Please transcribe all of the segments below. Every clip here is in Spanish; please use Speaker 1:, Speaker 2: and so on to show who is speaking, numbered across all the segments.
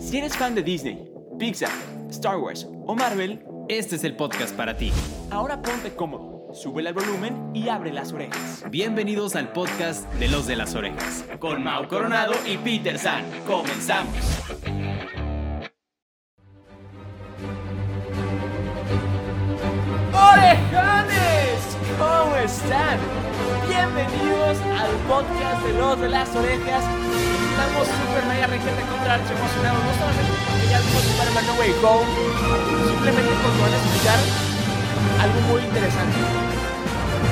Speaker 1: Si eres fan de Disney, Pixar, Star Wars o Marvel,
Speaker 2: Este es el podcast para ti.
Speaker 1: ahora ponte cómodo, súbele al volumen y abre las orejas.
Speaker 2: Bienvenidos al podcast de los de las orejas. Con Mau Coronado y Peter San. Comenzamos.
Speaker 1: ¡Orejones! ¿Cómo están? Bienvenidos al podcast de los de las orejas. Estamos súper mega requete contra archi emocionados, no solamente porque ya vimos Superman No Way Home, simplemente porque van a escuchar algo muy interesante.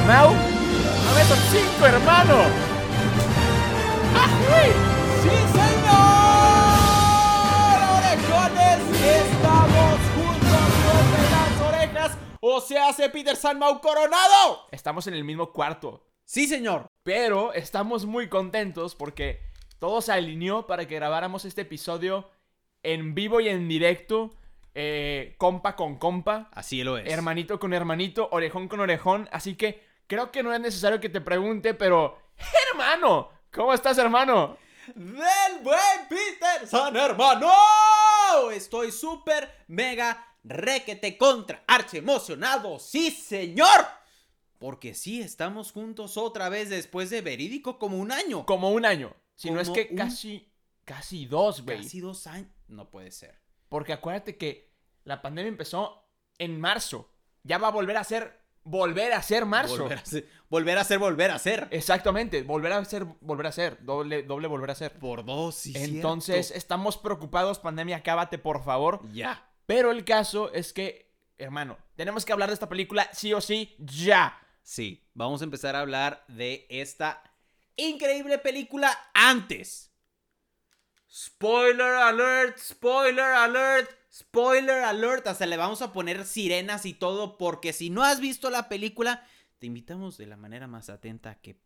Speaker 1: Mau, no me son cinco, hermano. ¡Ajú!
Speaker 3: ¡Sí, señor! ¡Orejones! ¡Estamos juntos los de las orejas! ¡O se hace Peter Sanmau coronado!
Speaker 1: Estamos en el mismo cuarto.
Speaker 3: ¡Sí, señor!
Speaker 1: Pero estamos muy contentos porque todo se alineó para que grabáramos este episodio en vivo y en directo, eh, compa con compa,
Speaker 2: Así lo es.
Speaker 1: hermanito con hermanito, orejón con orejón. Así que creo que no es necesario que te pregunte, pero hermano, ¿cómo estás hermano?
Speaker 3: ¡Del buen Peter San, hermano! Estoy súper, mega, requete contra, arche emocionado. ¡Sí, señor! Porque sí, estamos juntos otra vez después de verídico como un año.
Speaker 1: Como un año, si no es
Speaker 3: Como
Speaker 1: que
Speaker 3: un-
Speaker 1: casi, casi dos, güey.
Speaker 3: Casi dos años. No puede ser.
Speaker 1: Porque acuérdate que la pandemia empezó en marzo. Ya va a volver a ser, volver a ser marzo.
Speaker 3: Volver a ser, volver a ser, volver a ser.
Speaker 1: Exactamente, volver a ser, volver a ser, doble, doble volver a ser.
Speaker 3: Por dos, sí,
Speaker 1: Entonces, estamos preocupados, pandemia, acábate, por favor.
Speaker 3: cierto. Ya.
Speaker 1: Pero el caso es que, hermano, tenemos que hablar de esta película sí o sí, ya.
Speaker 3: Sí, vamos a empezar a hablar de esta increíble película antes. Spoiler alert, spoiler alert, spoiler alert. Hasta le vamos a poner sirenas y todo porque si no has visto la película, te invitamos de la manera más atenta a que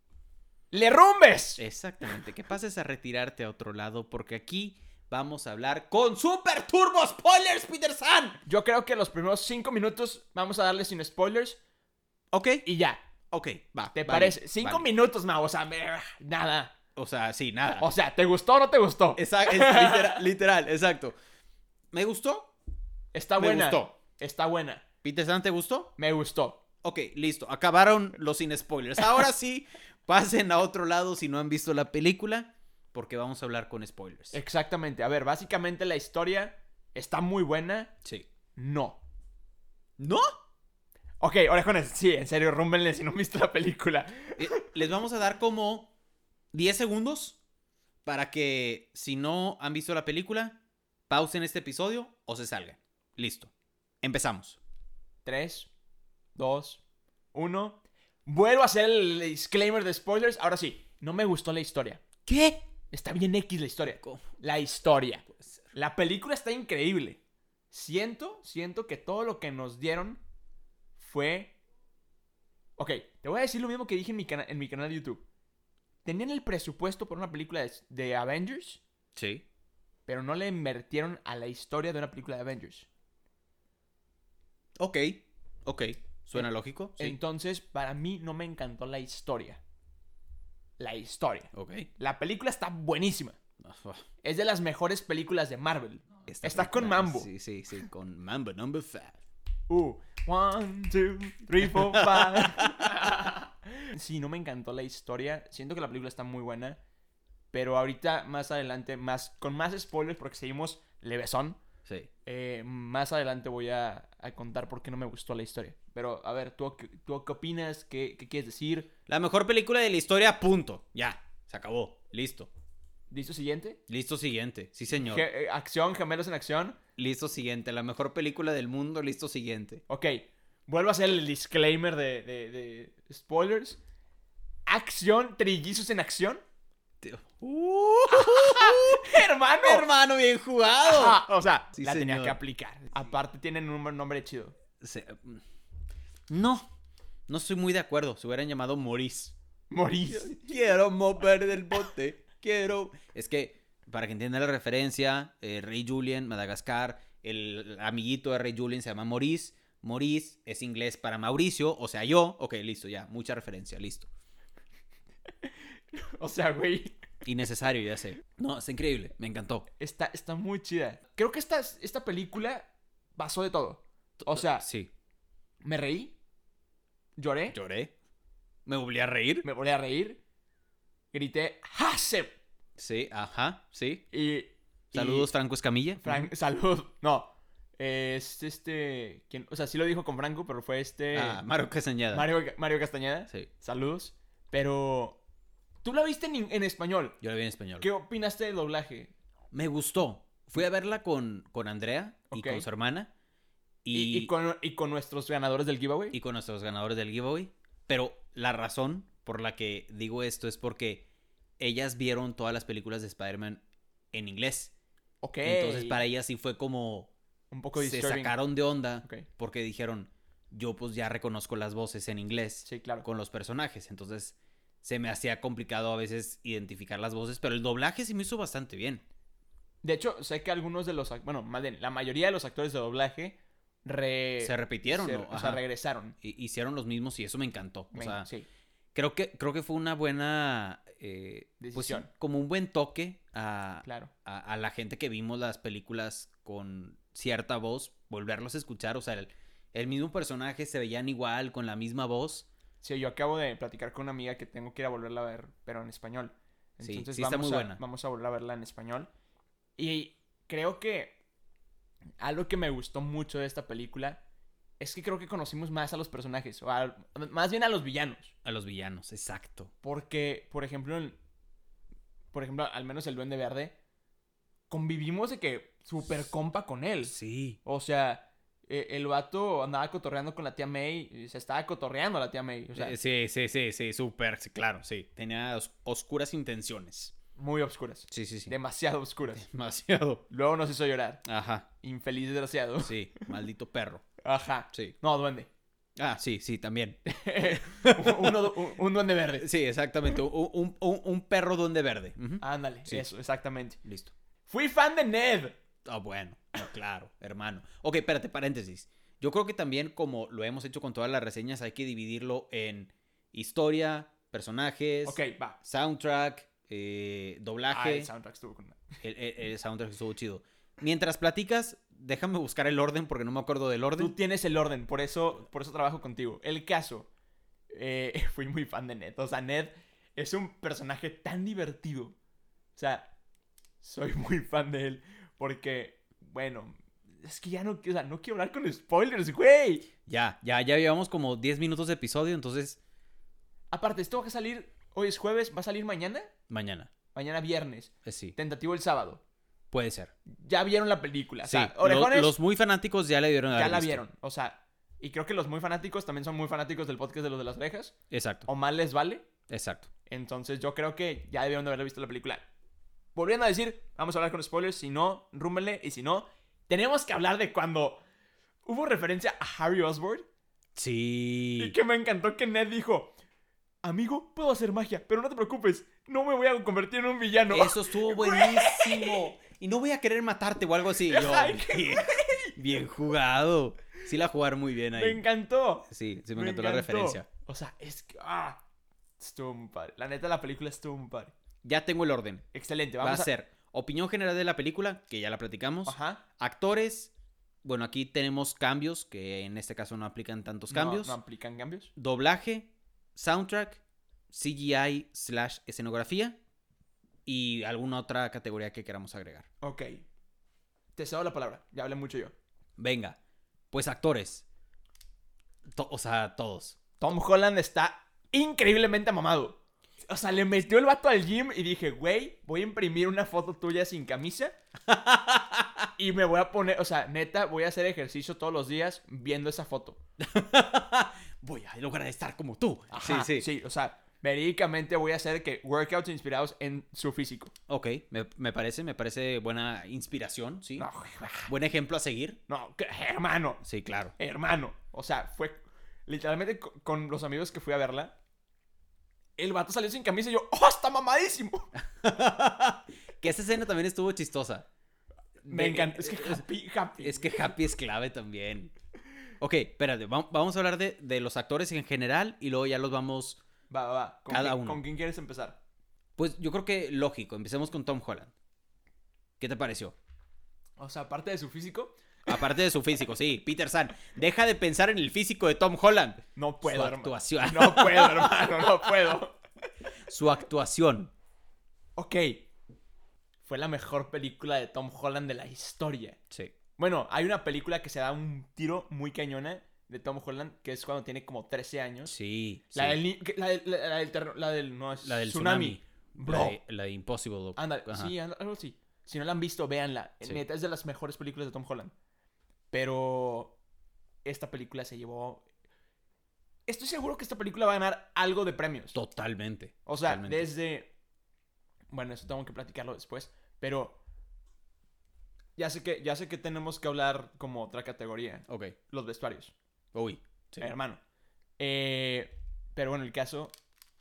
Speaker 1: ¡Le rumbes!
Speaker 3: Exactamente, que pases a retirarte a otro lado porque aquí vamos a hablar con Super Turbo Spoilers, Peter San.
Speaker 1: Yo creo que los primeros cinco minutos vamos a darle sin spoilers
Speaker 3: Ok,
Speaker 1: y ya.
Speaker 3: ok, va.
Speaker 1: ¿Te
Speaker 3: vale,
Speaker 1: parece? Cinco
Speaker 3: vale.
Speaker 1: minutos, más, o sea, me- nada.
Speaker 3: O sea, sí, nada.
Speaker 1: O sea, ¿te gustó o no te gustó?
Speaker 3: Esa- es litera- literal, exacto. ¿Me gustó?
Speaker 1: Está
Speaker 3: me
Speaker 1: buena.
Speaker 3: gustó.
Speaker 1: Está buena.
Speaker 3: ¿Peter San te gustó?
Speaker 1: Me gustó.
Speaker 3: Ok, listo. Acabaron los sin spoilers. Ahora sí, pasen a otro lado si no han visto la película, porque vamos a hablar con spoilers.
Speaker 1: Exactamente. A ver, básicamente la historia está muy buena.
Speaker 3: Sí.
Speaker 1: No.
Speaker 3: ¿No?
Speaker 1: Ok, orejones, sí, en serio, rúmbenle si no han visto la película.
Speaker 3: Eh, Les vamos a dar como 10 segundos para que, si no han visto la película, pausen este episodio o se salgan. Listo. Empezamos.
Speaker 1: 3, 2, 1. Vuelvo a hacer el disclaimer de spoilers. Ahora sí, no me gustó la historia.
Speaker 3: ¿Qué?
Speaker 1: Está bien X la historia.
Speaker 3: ¿Cómo?
Speaker 1: La historia.
Speaker 3: Puede ser.
Speaker 1: La película está increíble. Siento, siento que todo lo que nos dieron fue... Ok, te voy a decir lo mismo que dije en mi, cana- en mi canal de YouTube. Tenían el presupuesto por una película de, de Avengers,
Speaker 3: Sí.
Speaker 1: pero no le invirtieron a la historia de una película de Avengers.
Speaker 3: Ok. Ok. ¿Suena lógico?
Speaker 1: Entonces, para mí no me encantó la historia. La historia.
Speaker 3: Ok.
Speaker 1: La película está buenísima. Es de las mejores películas de Marvel. Está con Mambo.
Speaker 3: Sí, sí, sí, con Mambo Number Five.
Speaker 1: Uh, one, two, three, four, five. sí, no me encantó la historia. Siento que la película está muy buena. Pero ahorita, más adelante, más con más spoilers, porque seguimos levesón.
Speaker 3: Sí.
Speaker 1: eh, más adelante voy a, a contar por qué no me gustó la historia. Pero, a ver, ¿tú, qué- tú qué opinas? ¿Qué, qué quieres decir?
Speaker 3: La mejor película de la historia, punto. Ya, se acabó. Listo.
Speaker 1: ¿Listo siguiente?
Speaker 3: Listo siguiente. Sí, señor.
Speaker 1: Ge- eh, acción, gemelos en acción.
Speaker 3: Listo siguiente. La mejor película del mundo, listo siguiente.
Speaker 1: Ok, vuelvo a hacer el disclaimer de, de- de spoilers. Acción, trillizos en acción.
Speaker 3: ¡Uh!
Speaker 1: Hermano.
Speaker 3: ¡Ah, hermano, bien jugado.
Speaker 1: Ajá, o sea,
Speaker 3: Sí,
Speaker 1: la tenía
Speaker 3: señor.
Speaker 1: que aplicar. Aparte tienen un buen nombre chido.
Speaker 3: Se- mm, No, no estoy muy de acuerdo. Se hubieran llamado Morís.
Speaker 1: Morís.
Speaker 3: Quiero mover del bote. Quiero. Es que, para que entiendan la referencia, eh, Rey Julien, Madagascar, el amiguito de Rey Julien se llama Morís. Morís es inglés para Mauricio, o sea, yo. Ok, listo, ya. Mucha referencia, listo.
Speaker 1: O sea, güey.
Speaker 3: Innecesario, ya sé. No, está increíble. Me encantó.
Speaker 1: Está, está muy chida. Creo que esta, esta película pasó de todo. O sea,
Speaker 3: Sí.
Speaker 1: me reí, lloré,
Speaker 3: Lloré. Me volví a reír.
Speaker 1: me volví a reír, grité ¡Hasep!
Speaker 3: Sí, ajá, sí.
Speaker 1: Y.
Speaker 3: Saludos,
Speaker 1: y
Speaker 3: Franco Escamilla.
Speaker 1: Frank, salud. No. Es este. ¿quién? O sea, sí lo dijo con Franco, pero fue este.
Speaker 3: Ah, Mario Castañeda.
Speaker 1: Mario, Mario Castañeda.
Speaker 3: Sí,
Speaker 1: Saludos. Pero. Tú la viste en, en español.
Speaker 3: yo la vi en español.
Speaker 1: ¿Qué opinaste del doblaje?
Speaker 3: Me gustó. Fui a verla con, con Andrea y
Speaker 1: Ok.
Speaker 3: con su hermana.
Speaker 1: Y,
Speaker 3: Y,
Speaker 1: y con, y con nuestros ganadores del giveaway.
Speaker 3: y con nuestros ganadores del giveaway. Pero la razón por la que digo esto es porque ellas vieron todas las películas de Spider-Man en inglés.
Speaker 1: ok.
Speaker 3: Entonces para ellas sí fue como...
Speaker 1: Un poco
Speaker 3: Se
Speaker 1: disturbing.
Speaker 3: sacaron de onda
Speaker 1: Ok.
Speaker 3: porque dijeron, yo pues ya reconozco las voces en inglés
Speaker 1: Sí, claro.
Speaker 3: con los personajes. Entonces se me hacía complicado a veces identificar las voces, pero el doblaje se me hizo bastante bien.
Speaker 1: De hecho, sé que algunos de los. ac- Bueno, más bien, la mayoría de los actores de doblaje. re-
Speaker 3: se repitieron,
Speaker 1: Eh, se-
Speaker 3: ¿no?
Speaker 1: O sea,
Speaker 3: Ajá.
Speaker 1: regresaron.
Speaker 3: Hi- Hicieron los mismos y eso me encantó. O
Speaker 1: Me-
Speaker 3: sea,
Speaker 1: sí.
Speaker 3: creo, que, creo que fue una buena... eh, pues,
Speaker 1: Decisión.
Speaker 3: sí, como un buen toque a,
Speaker 1: Claro.
Speaker 3: a, a la gente que vimos las películas con cierta voz, volverlos a escuchar. O sea, el, el mismo personaje se veían igual, con la misma voz.
Speaker 1: Sí, yo acabo de platicar con una amiga que tengo que ir a volverla a ver, pero en español.
Speaker 3: Sí,
Speaker 1: Entonces
Speaker 3: sí
Speaker 1: vamos,
Speaker 3: está muy
Speaker 1: a,
Speaker 3: buena.
Speaker 1: vamos a volver a verla en español. Y creo que algo que me gustó mucho de esta película es que creo que conocimos más a los personajes, o a- más bien a los villanos.
Speaker 3: A los villanos, exacto.
Speaker 1: Porque, por ejemplo, en- por ejemplo, al menos el Duende Verde, convivimos de que super compa con él.
Speaker 3: Sí.
Speaker 1: O sea, eh, el vato andaba cotorreando con la tía May, y se estaba cotorreando la tía May. O sea,
Speaker 3: sí, sí, sí, sí, súper, sí, claro, sí. Tenía os- oscuras intenciones.
Speaker 1: muy obscuras.
Speaker 3: Sí, sí, sí.
Speaker 1: Demasiado oscuras.
Speaker 3: Demasiado.
Speaker 1: Luego nos hizo llorar.
Speaker 3: Ajá,
Speaker 1: Infeliz desgraciado.
Speaker 3: sí, maldito perro.
Speaker 1: Ajá.
Speaker 3: Sí.
Speaker 1: No, duende.
Speaker 3: Ah, sí, sí, también.
Speaker 1: Uno- un, un duende verde.
Speaker 3: Sí, exactamente. Un, un- un- un perro donde verde. Ujú.
Speaker 1: Ándale,
Speaker 3: Sí.
Speaker 1: eso, exactamente.
Speaker 3: Listo.
Speaker 1: Fui fan de Ned.
Speaker 3: Ah, bueno, no, claro, hermano. Ok, espérate, paréntesis. Yo creo que también, como lo hemos hecho con todas las reseñas, hay que dividirlo en historia, personajes,
Speaker 1: Ok, va.
Speaker 3: soundtrack, eh,
Speaker 1: Ah,
Speaker 3: doblaje.
Speaker 1: el soundtrack estuvo con
Speaker 3: El, el- el soundtrack estuvo chido. Mientras platicas, déjame buscar el orden porque no me acuerdo del
Speaker 1: Tú
Speaker 3: orden.
Speaker 1: tienes el orden, por eso, por eso trabajo contigo. El caso. eh, fui muy fan de Ned. O sea, Ned es un personaje tan divertido. O sea, soy muy fan de él. Porque, bueno, es que ya no, o sea, no quiero hablar con spoilers, güey.
Speaker 3: Ya, ya, ya llevamos como 10 minutos de episodio, entonces
Speaker 1: Aparte, esto va a salir. Hoy es jueves, va a salir mañana.
Speaker 3: mañana.
Speaker 1: Mañana viernes.
Speaker 3: Eh, sí,
Speaker 1: Tentativo el sábado.
Speaker 3: puede ser.
Speaker 1: Ya vieron la película. O
Speaker 3: Sí,
Speaker 1: sea,
Speaker 3: lo-
Speaker 1: orejones
Speaker 3: los muy fanáticos ya la vieron.
Speaker 1: ya la vieron. O sea, y creo que los muy fanáticos también son muy fanáticos del podcast de los de las orejas.
Speaker 3: Exacto,
Speaker 1: O más les vale.
Speaker 3: exacto.
Speaker 1: Entonces yo creo que ya debieron de haber visto la película. Volviendo a decir, vamos a hablar con spoilers. Si no, rúmenle. Y si no, tenemos que hablar de cuando hubo referencia a Harry Osborn. Y
Speaker 3: Sí.
Speaker 1: que me encantó que Ned dijo, amigo, puedo hacer magia, pero no te preocupes, no me voy a convertir en un villano.
Speaker 3: Eso estuvo buenísimo. Y no voy a querer matarte o algo así. Yo,
Speaker 1: Ay, qué
Speaker 3: bien, bien jugado. Sí la jugaron muy bien
Speaker 1: Me
Speaker 3: ahí.
Speaker 1: encantó.
Speaker 3: Sí, sí me encantó la referencia.
Speaker 1: O sea, es que... Ah, estuvo muy padre. La neta, la película estuvo muy padre.
Speaker 3: Ya tengo el orden.
Speaker 1: Excelente,
Speaker 3: Va
Speaker 1: vamos
Speaker 3: a ser opinión general de la película, que ya la platicamos.
Speaker 1: Ajá.
Speaker 3: Actores, bueno, aquí tenemos cambios, que en este caso no aplican tantos cambios.
Speaker 1: No, no aplican cambios.
Speaker 3: Doblaje, soundtrack, CGI slash escenografía y alguna otra categoría que queramos agregar.
Speaker 1: Ok. Te cedo la palabra. Ya hablé mucho yo.
Speaker 3: Venga, pues actores. To- o sea, todos.
Speaker 1: Tom Holland está increíblemente mamado. O sea, le metió el vato al gym y dije, güey, voy a imprimir una foto tuya sin camisa. y me voy a poner, o sea, neta, voy a hacer ejercicio todos los días viendo esa foto.
Speaker 3: Voy a lograr estar como tú.
Speaker 1: Ajá,
Speaker 3: sí, sí.
Speaker 1: Sí, o sea, verídicamente voy a hacer que workouts inspirados en su físico.
Speaker 3: Ok, me, me parece, me parece buena inspiración, sí.
Speaker 1: No,
Speaker 3: Buen ejemplo a seguir.
Speaker 1: no, que- hermano,
Speaker 3: Sí, claro.
Speaker 1: hermano. O sea, fue literalmente co- con los amigos que fui a verla. El vato salió sin camisa y yo, ¡oh, está mamadísimo!
Speaker 3: Que esa escena también estuvo chistosa.
Speaker 1: Me
Speaker 3: De- eh,
Speaker 1: encanta. Es que happy, happy.
Speaker 3: Es que Happy es clave también. Ok, espérate, vam- vamos a hablar de, de los actores en general y luego ya los vamos...
Speaker 1: Va, va, va. ¿Con
Speaker 3: Cada
Speaker 1: quién-
Speaker 3: uno.
Speaker 1: ¿Con quién quieres empezar?
Speaker 3: Pues yo creo que lógico, empecemos con Tom Holland. ¿Qué te pareció?
Speaker 1: O sea, aparte de su físico,
Speaker 3: Aparte de su físico, sí, Peter San. Deja de pensar en el físico de Tom Holland. Pues,
Speaker 1: no puedo,
Speaker 3: su
Speaker 1: hermano.
Speaker 3: actuación.
Speaker 1: No puedo, hermano, no puedo.
Speaker 3: Su actuación.
Speaker 1: Ok. Fue la mejor película de Tom Holland de la historia.
Speaker 3: Sí.
Speaker 1: Bueno, hay una película que se da un tiro muy cañona de Tom Holland, que es cuando tiene como 13 años.
Speaker 3: Sí.
Speaker 1: La,
Speaker 3: sí.
Speaker 1: del, ni- que- la, del- la- la del terro- la del- no, es
Speaker 3: La del
Speaker 1: tsunami.
Speaker 3: tsunami.
Speaker 1: Bro.
Speaker 3: La de, la de Impossible.
Speaker 1: Ándale,
Speaker 3: Ajá.
Speaker 1: sí, ándale, algo así. Si no la han visto, véanla.
Speaker 3: Sí.
Speaker 1: Neta, es de las mejores películas de Tom Holland. Pero esta película se llevó... Estoy seguro que esta película va a ganar algo de premios.
Speaker 3: Totalmente.
Speaker 1: O sea,
Speaker 3: totalmente.
Speaker 1: desde... Bueno, eso tengo que platicarlo después, pero... Ya sé, que, ya sé que tenemos que hablar como otra categoría,
Speaker 3: Ok.
Speaker 1: los vestuarios,
Speaker 3: Uy. sí.
Speaker 1: hermano. Eh, pero bueno, el caso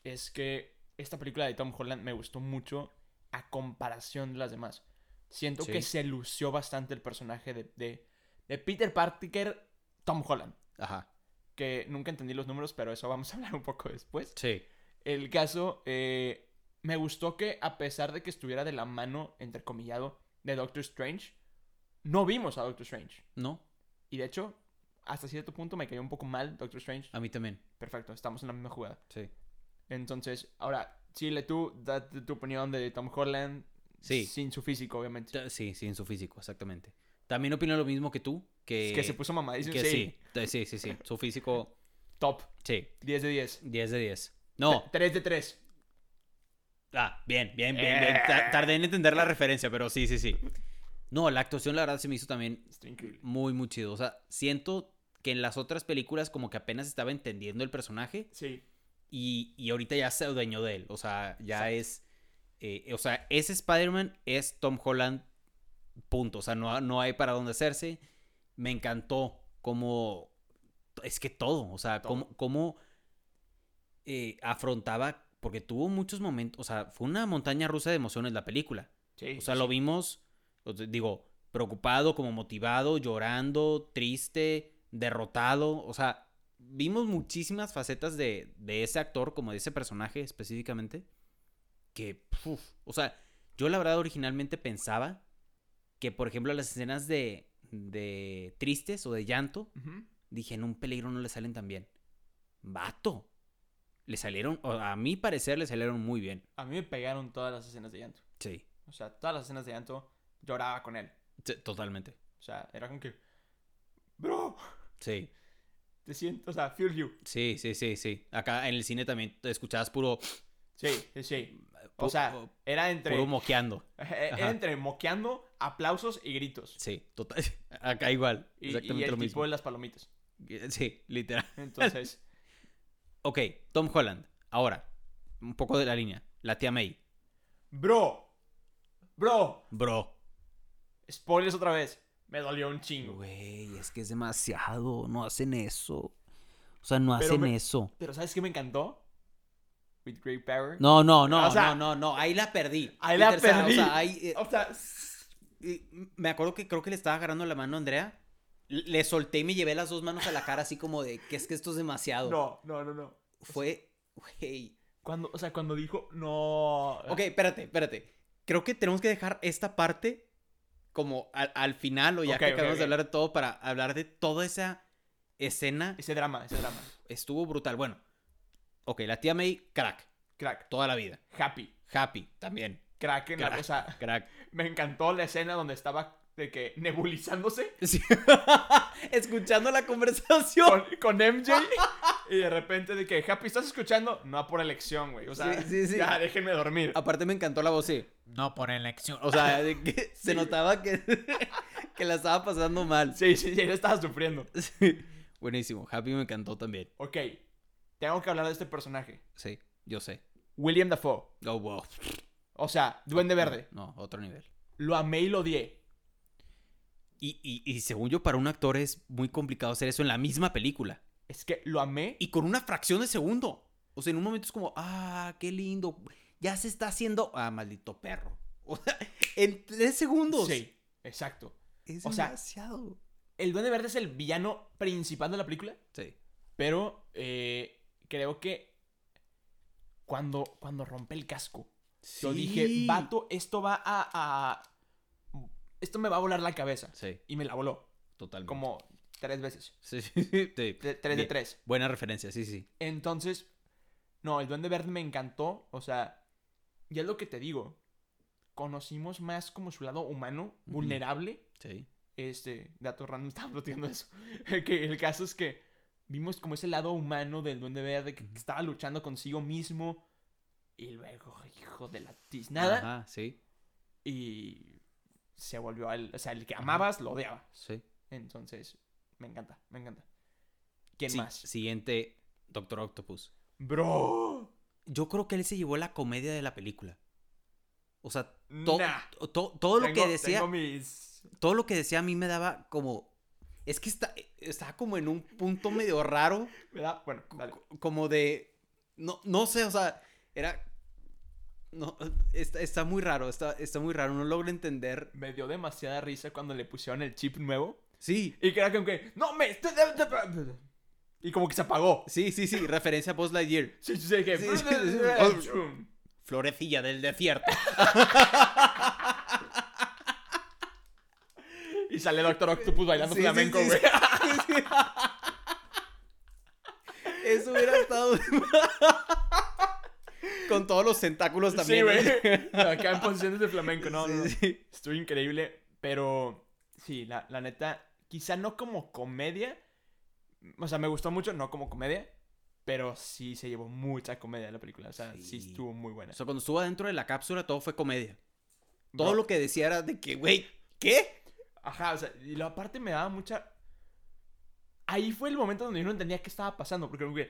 Speaker 1: es que esta película de Tom Holland me gustó mucho a comparación de las demás. Siento
Speaker 3: Sí.
Speaker 1: que se lució bastante el personaje de, de, de Peter Parker, Tom Holland,
Speaker 3: Ajá.
Speaker 1: que nunca entendí los números, pero eso vamos a hablar un poco después.
Speaker 3: Sí.
Speaker 1: El caso, eh, me gustó que a pesar de que estuviera de la mano, entrecomillado, de Doctor Strange, no vimos a Doctor Strange.
Speaker 3: No,
Speaker 1: Y de hecho, hasta cierto punto me cayó un poco mal Doctor Strange.
Speaker 3: a mí también.
Speaker 1: Perfecto, estamos en la misma jugada.
Speaker 3: Sí.
Speaker 1: Entonces, ahora, Chile, tú, date tu opinión de Tom Holland.
Speaker 3: Sí.
Speaker 1: Sin su físico, obviamente.
Speaker 3: Ta- Sí, sí, en su físico, exactamente. También opino lo mismo que tú. Que,
Speaker 1: Es que se puso mamadísimo.
Speaker 3: que
Speaker 1: sí.
Speaker 3: sí. Ta- Sí, sí, sí. Su físico,
Speaker 1: Top.
Speaker 3: sí.
Speaker 1: 10 de 10.
Speaker 3: 10 de 10. No.
Speaker 1: 3 de 3.
Speaker 3: Ah, bien, bien, bien, bien. Ta- Tardé en entender la referencia, pero sí, sí, sí. No, la actuación la verdad se me hizo también
Speaker 1: Está increíble.
Speaker 3: muy, muy chido. O sea, siento que en las otras películas como que apenas estaba entendiendo el personaje
Speaker 1: Sí.
Speaker 3: y, y ahorita ya se adueñó de él. O sea, ya
Speaker 1: Exacto.
Speaker 3: es... eh, o sea, ese Spider-Man es Tom Holland, punto. O sea, no, no hay para dónde hacerse. Me encantó como... Es que todo, o sea,
Speaker 1: Todo.
Speaker 3: cómo, cómo, eh, afrontaba, porque tuvo muchos momentos, o sea, fue una montaña rusa de emociones la película.
Speaker 1: Sí.
Speaker 3: O sea, lo vimos, o sea, digo, preocupado, como motivado, llorando, triste, derrotado. O sea, vimos muchísimas facetas de, de ese actor, como de ese personaje específicamente, que, uf, o sea, yo la verdad originalmente pensaba que, por ejemplo, las escenas de, de tristes o de llanto,
Speaker 1: Ujú.
Speaker 3: dije, en un peligro no le salen tan bien. Vato. Le salieron, o a mi parecer, le salieron muy bien.
Speaker 1: A mí me pegaron todas las escenas de llanto.
Speaker 3: Sí,
Speaker 1: O sea, todas las escenas de llanto lloraba con él.
Speaker 3: t- totalmente.
Speaker 1: O sea, era como que. Bro,
Speaker 3: Sí.
Speaker 1: te siento. O sea, feel you.
Speaker 3: Sí, sí, sí, sí. Acá en el cine también te escuchabas puro,
Speaker 1: Sí, sí, sí. O
Speaker 3: pu-
Speaker 1: sea,
Speaker 3: pu-
Speaker 1: era entre. eh,
Speaker 3: puro moqueando.
Speaker 1: Era
Speaker 3: Ajá.
Speaker 1: entre moqueando, aplausos y gritos.
Speaker 3: Sí, total. Acá igual.
Speaker 1: Y, y
Speaker 3: exactamente
Speaker 1: el
Speaker 3: lo
Speaker 1: tipo
Speaker 3: mismo.
Speaker 1: de las palomitas.
Speaker 3: Sí, literal.
Speaker 1: Entonces,
Speaker 3: Ok, Tom Holland. Ahora, un poco de la línea. La tía May.
Speaker 1: bro, bro,
Speaker 3: Bro.
Speaker 1: spoilers otra vez. Me dolió un chingo.
Speaker 3: Güey, es que es demasiado. No hacen eso. O sea, no
Speaker 1: Pero
Speaker 3: hacen
Speaker 1: me-
Speaker 3: eso.
Speaker 1: Pero ¿sabes qué me encantó? With Great Power.
Speaker 3: No, no, no,
Speaker 1: O sea-
Speaker 3: no, no, no. Ahí la perdí.
Speaker 1: Ahí la
Speaker 3: Peter San,
Speaker 1: perdí.
Speaker 3: O sea, ahí, eh,
Speaker 1: O sea,
Speaker 3: Y me acuerdo que creo que le estaba agarrando la mano a Andrea. Le solté y me llevé las dos manos a la cara así como de que es que esto es demasiado.
Speaker 1: no, no, no, no.
Speaker 3: Fue, güey.
Speaker 1: Cuando, o sea, cuando dijo, no.
Speaker 3: Ok, espérate, espérate. Creo que tenemos que dejar esta parte como al, al final o ya
Speaker 1: Ok,
Speaker 3: que
Speaker 1: ok,
Speaker 3: acabamos
Speaker 1: ok.
Speaker 3: de hablar de todo para hablar de toda esa escena.
Speaker 1: Ese drama, ese drama.
Speaker 3: Estuvo brutal. Bueno, ok, la tía May, crack,
Speaker 1: Crack.
Speaker 3: toda la vida.
Speaker 1: Happy.
Speaker 3: Happy, también,
Speaker 1: Crack en la.
Speaker 3: Crack.
Speaker 1: O sea,
Speaker 3: crack.
Speaker 1: me encantó la escena donde estaba de que nebulizándose
Speaker 3: Sí. Escuchando la conversación.
Speaker 1: con, con MJ. Y de repente de que, Happy, ¿estás escuchando? No por elección, güey. O sea,
Speaker 3: Sí, sí, sí.
Speaker 1: ya déjenme dormir.
Speaker 3: Aparte me encantó la voz, sí. No por elección. O sea, de que se notaba que, que la estaba pasando mal.
Speaker 1: Sí, sí, sí, él estaba sufriendo.
Speaker 3: Sí. Buenísimo. Happy me encantó también.
Speaker 1: Ok, tengo que hablar de este personaje.
Speaker 3: Sí, yo sé.
Speaker 1: William Dafoe.
Speaker 3: Oh, wow.
Speaker 1: O sea, Duende Verde.
Speaker 3: No, otro nivel.
Speaker 1: Lo amé y lo odié.
Speaker 3: Y, y, y según yo, para un actor es muy complicado hacer eso en la misma película.
Speaker 1: Es que lo amé.
Speaker 3: Y con una fracción de segundo. O sea, en un momento es como, ah, qué lindo. Ya se está haciendo. Ah, maldito perro. O sea, en tres segundos.
Speaker 1: Sí, exacto.
Speaker 3: Es
Speaker 1: O sea-
Speaker 3: demasiado.
Speaker 1: El Duende Verde es el villano principal de la película.
Speaker 3: Sí.
Speaker 1: Pero eh, creo que cuando, cuando rompe el casco. Yo dije, vato, esto va a, a- Esto me va a volar la cabeza.
Speaker 3: Sí,
Speaker 1: Y me la voló.
Speaker 3: totalmente.
Speaker 1: Como tres veces.
Speaker 3: Sí, sí, sí.
Speaker 1: Tre- tres de
Speaker 3: Bien.
Speaker 1: tres.
Speaker 3: Buena referencia, sí, sí.
Speaker 1: Entonces, no, el Duende Verde me encantó. O sea, ya es lo que te digo. Conocimos más como su lado humano,
Speaker 3: Ujú.
Speaker 1: vulnerable.
Speaker 3: Sí.
Speaker 1: Este, dato random, estaba platicando eso. que el caso es que vimos como ese lado humano del Duende Verde que, que estaba luchando consigo mismo. Y luego, hijo de la tiznada.
Speaker 3: Ajá, sí,
Speaker 1: Y se volvió al. O sea, el que amabas lo odiabas.
Speaker 3: sí.
Speaker 1: Entonces, me encanta, me encanta. ¿Quién
Speaker 3: Sí,
Speaker 1: más?
Speaker 3: Siguiente, Doctor Octopus.
Speaker 1: ¡Bro!
Speaker 3: Yo creo que él se llevó la comedia de la película. O sea, to-
Speaker 1: Nah.
Speaker 3: to- todo lo que
Speaker 1: Tengo-
Speaker 3: decía,
Speaker 1: tengo mis-
Speaker 3: todo lo que decía a mí me daba como es que está está como en un punto medio raro,
Speaker 1: me da- Bueno, dale.
Speaker 3: co- como de no no sé, o sea, era no está, está muy raro, está está muy raro, no logro entender.
Speaker 1: Me dio demasiada risa cuando le pusieron el chip nuevo.
Speaker 3: Sí.
Speaker 1: Y que era como que. ¡No me! estoy- de- de- de-". Y como que se apagó.
Speaker 3: Sí, sí, sí, referencia a Buzz Lightyear.
Speaker 1: Sí, sí, sí, que-
Speaker 3: Sí, sí, sí. Florecilla del desierto.
Speaker 1: Y sale Doctor Octopus bailando
Speaker 3: Sí, sí,
Speaker 1: flamenco,
Speaker 3: sí,
Speaker 1: güey.
Speaker 3: sí. Eso hubiera estado con todos los tentáculos
Speaker 1: Sí,
Speaker 3: también.
Speaker 1: güey.
Speaker 3: ¿eh?
Speaker 1: Acá en posiciones de flamenco, no,
Speaker 3: Sí,
Speaker 1: no, no.
Speaker 3: sí.
Speaker 1: Estuvo increíble, pero sí, la, la neta, quizá no como comedia, o sea, me gustó mucho, no como comedia, pero sí se llevó mucha comedia la película, o sea, sí,
Speaker 3: Sí.
Speaker 1: estuvo muy buena.
Speaker 3: O sea, cuando estuvo adentro de la cápsula todo fue comedia.
Speaker 1: Bro,
Speaker 3: Todo lo que decía era de que, güey, ¿qué?
Speaker 1: Ajá, o sea, y la parte me daba mucha... Ahí fue el momento donde yo no entendía qué estaba pasando, porque, güey,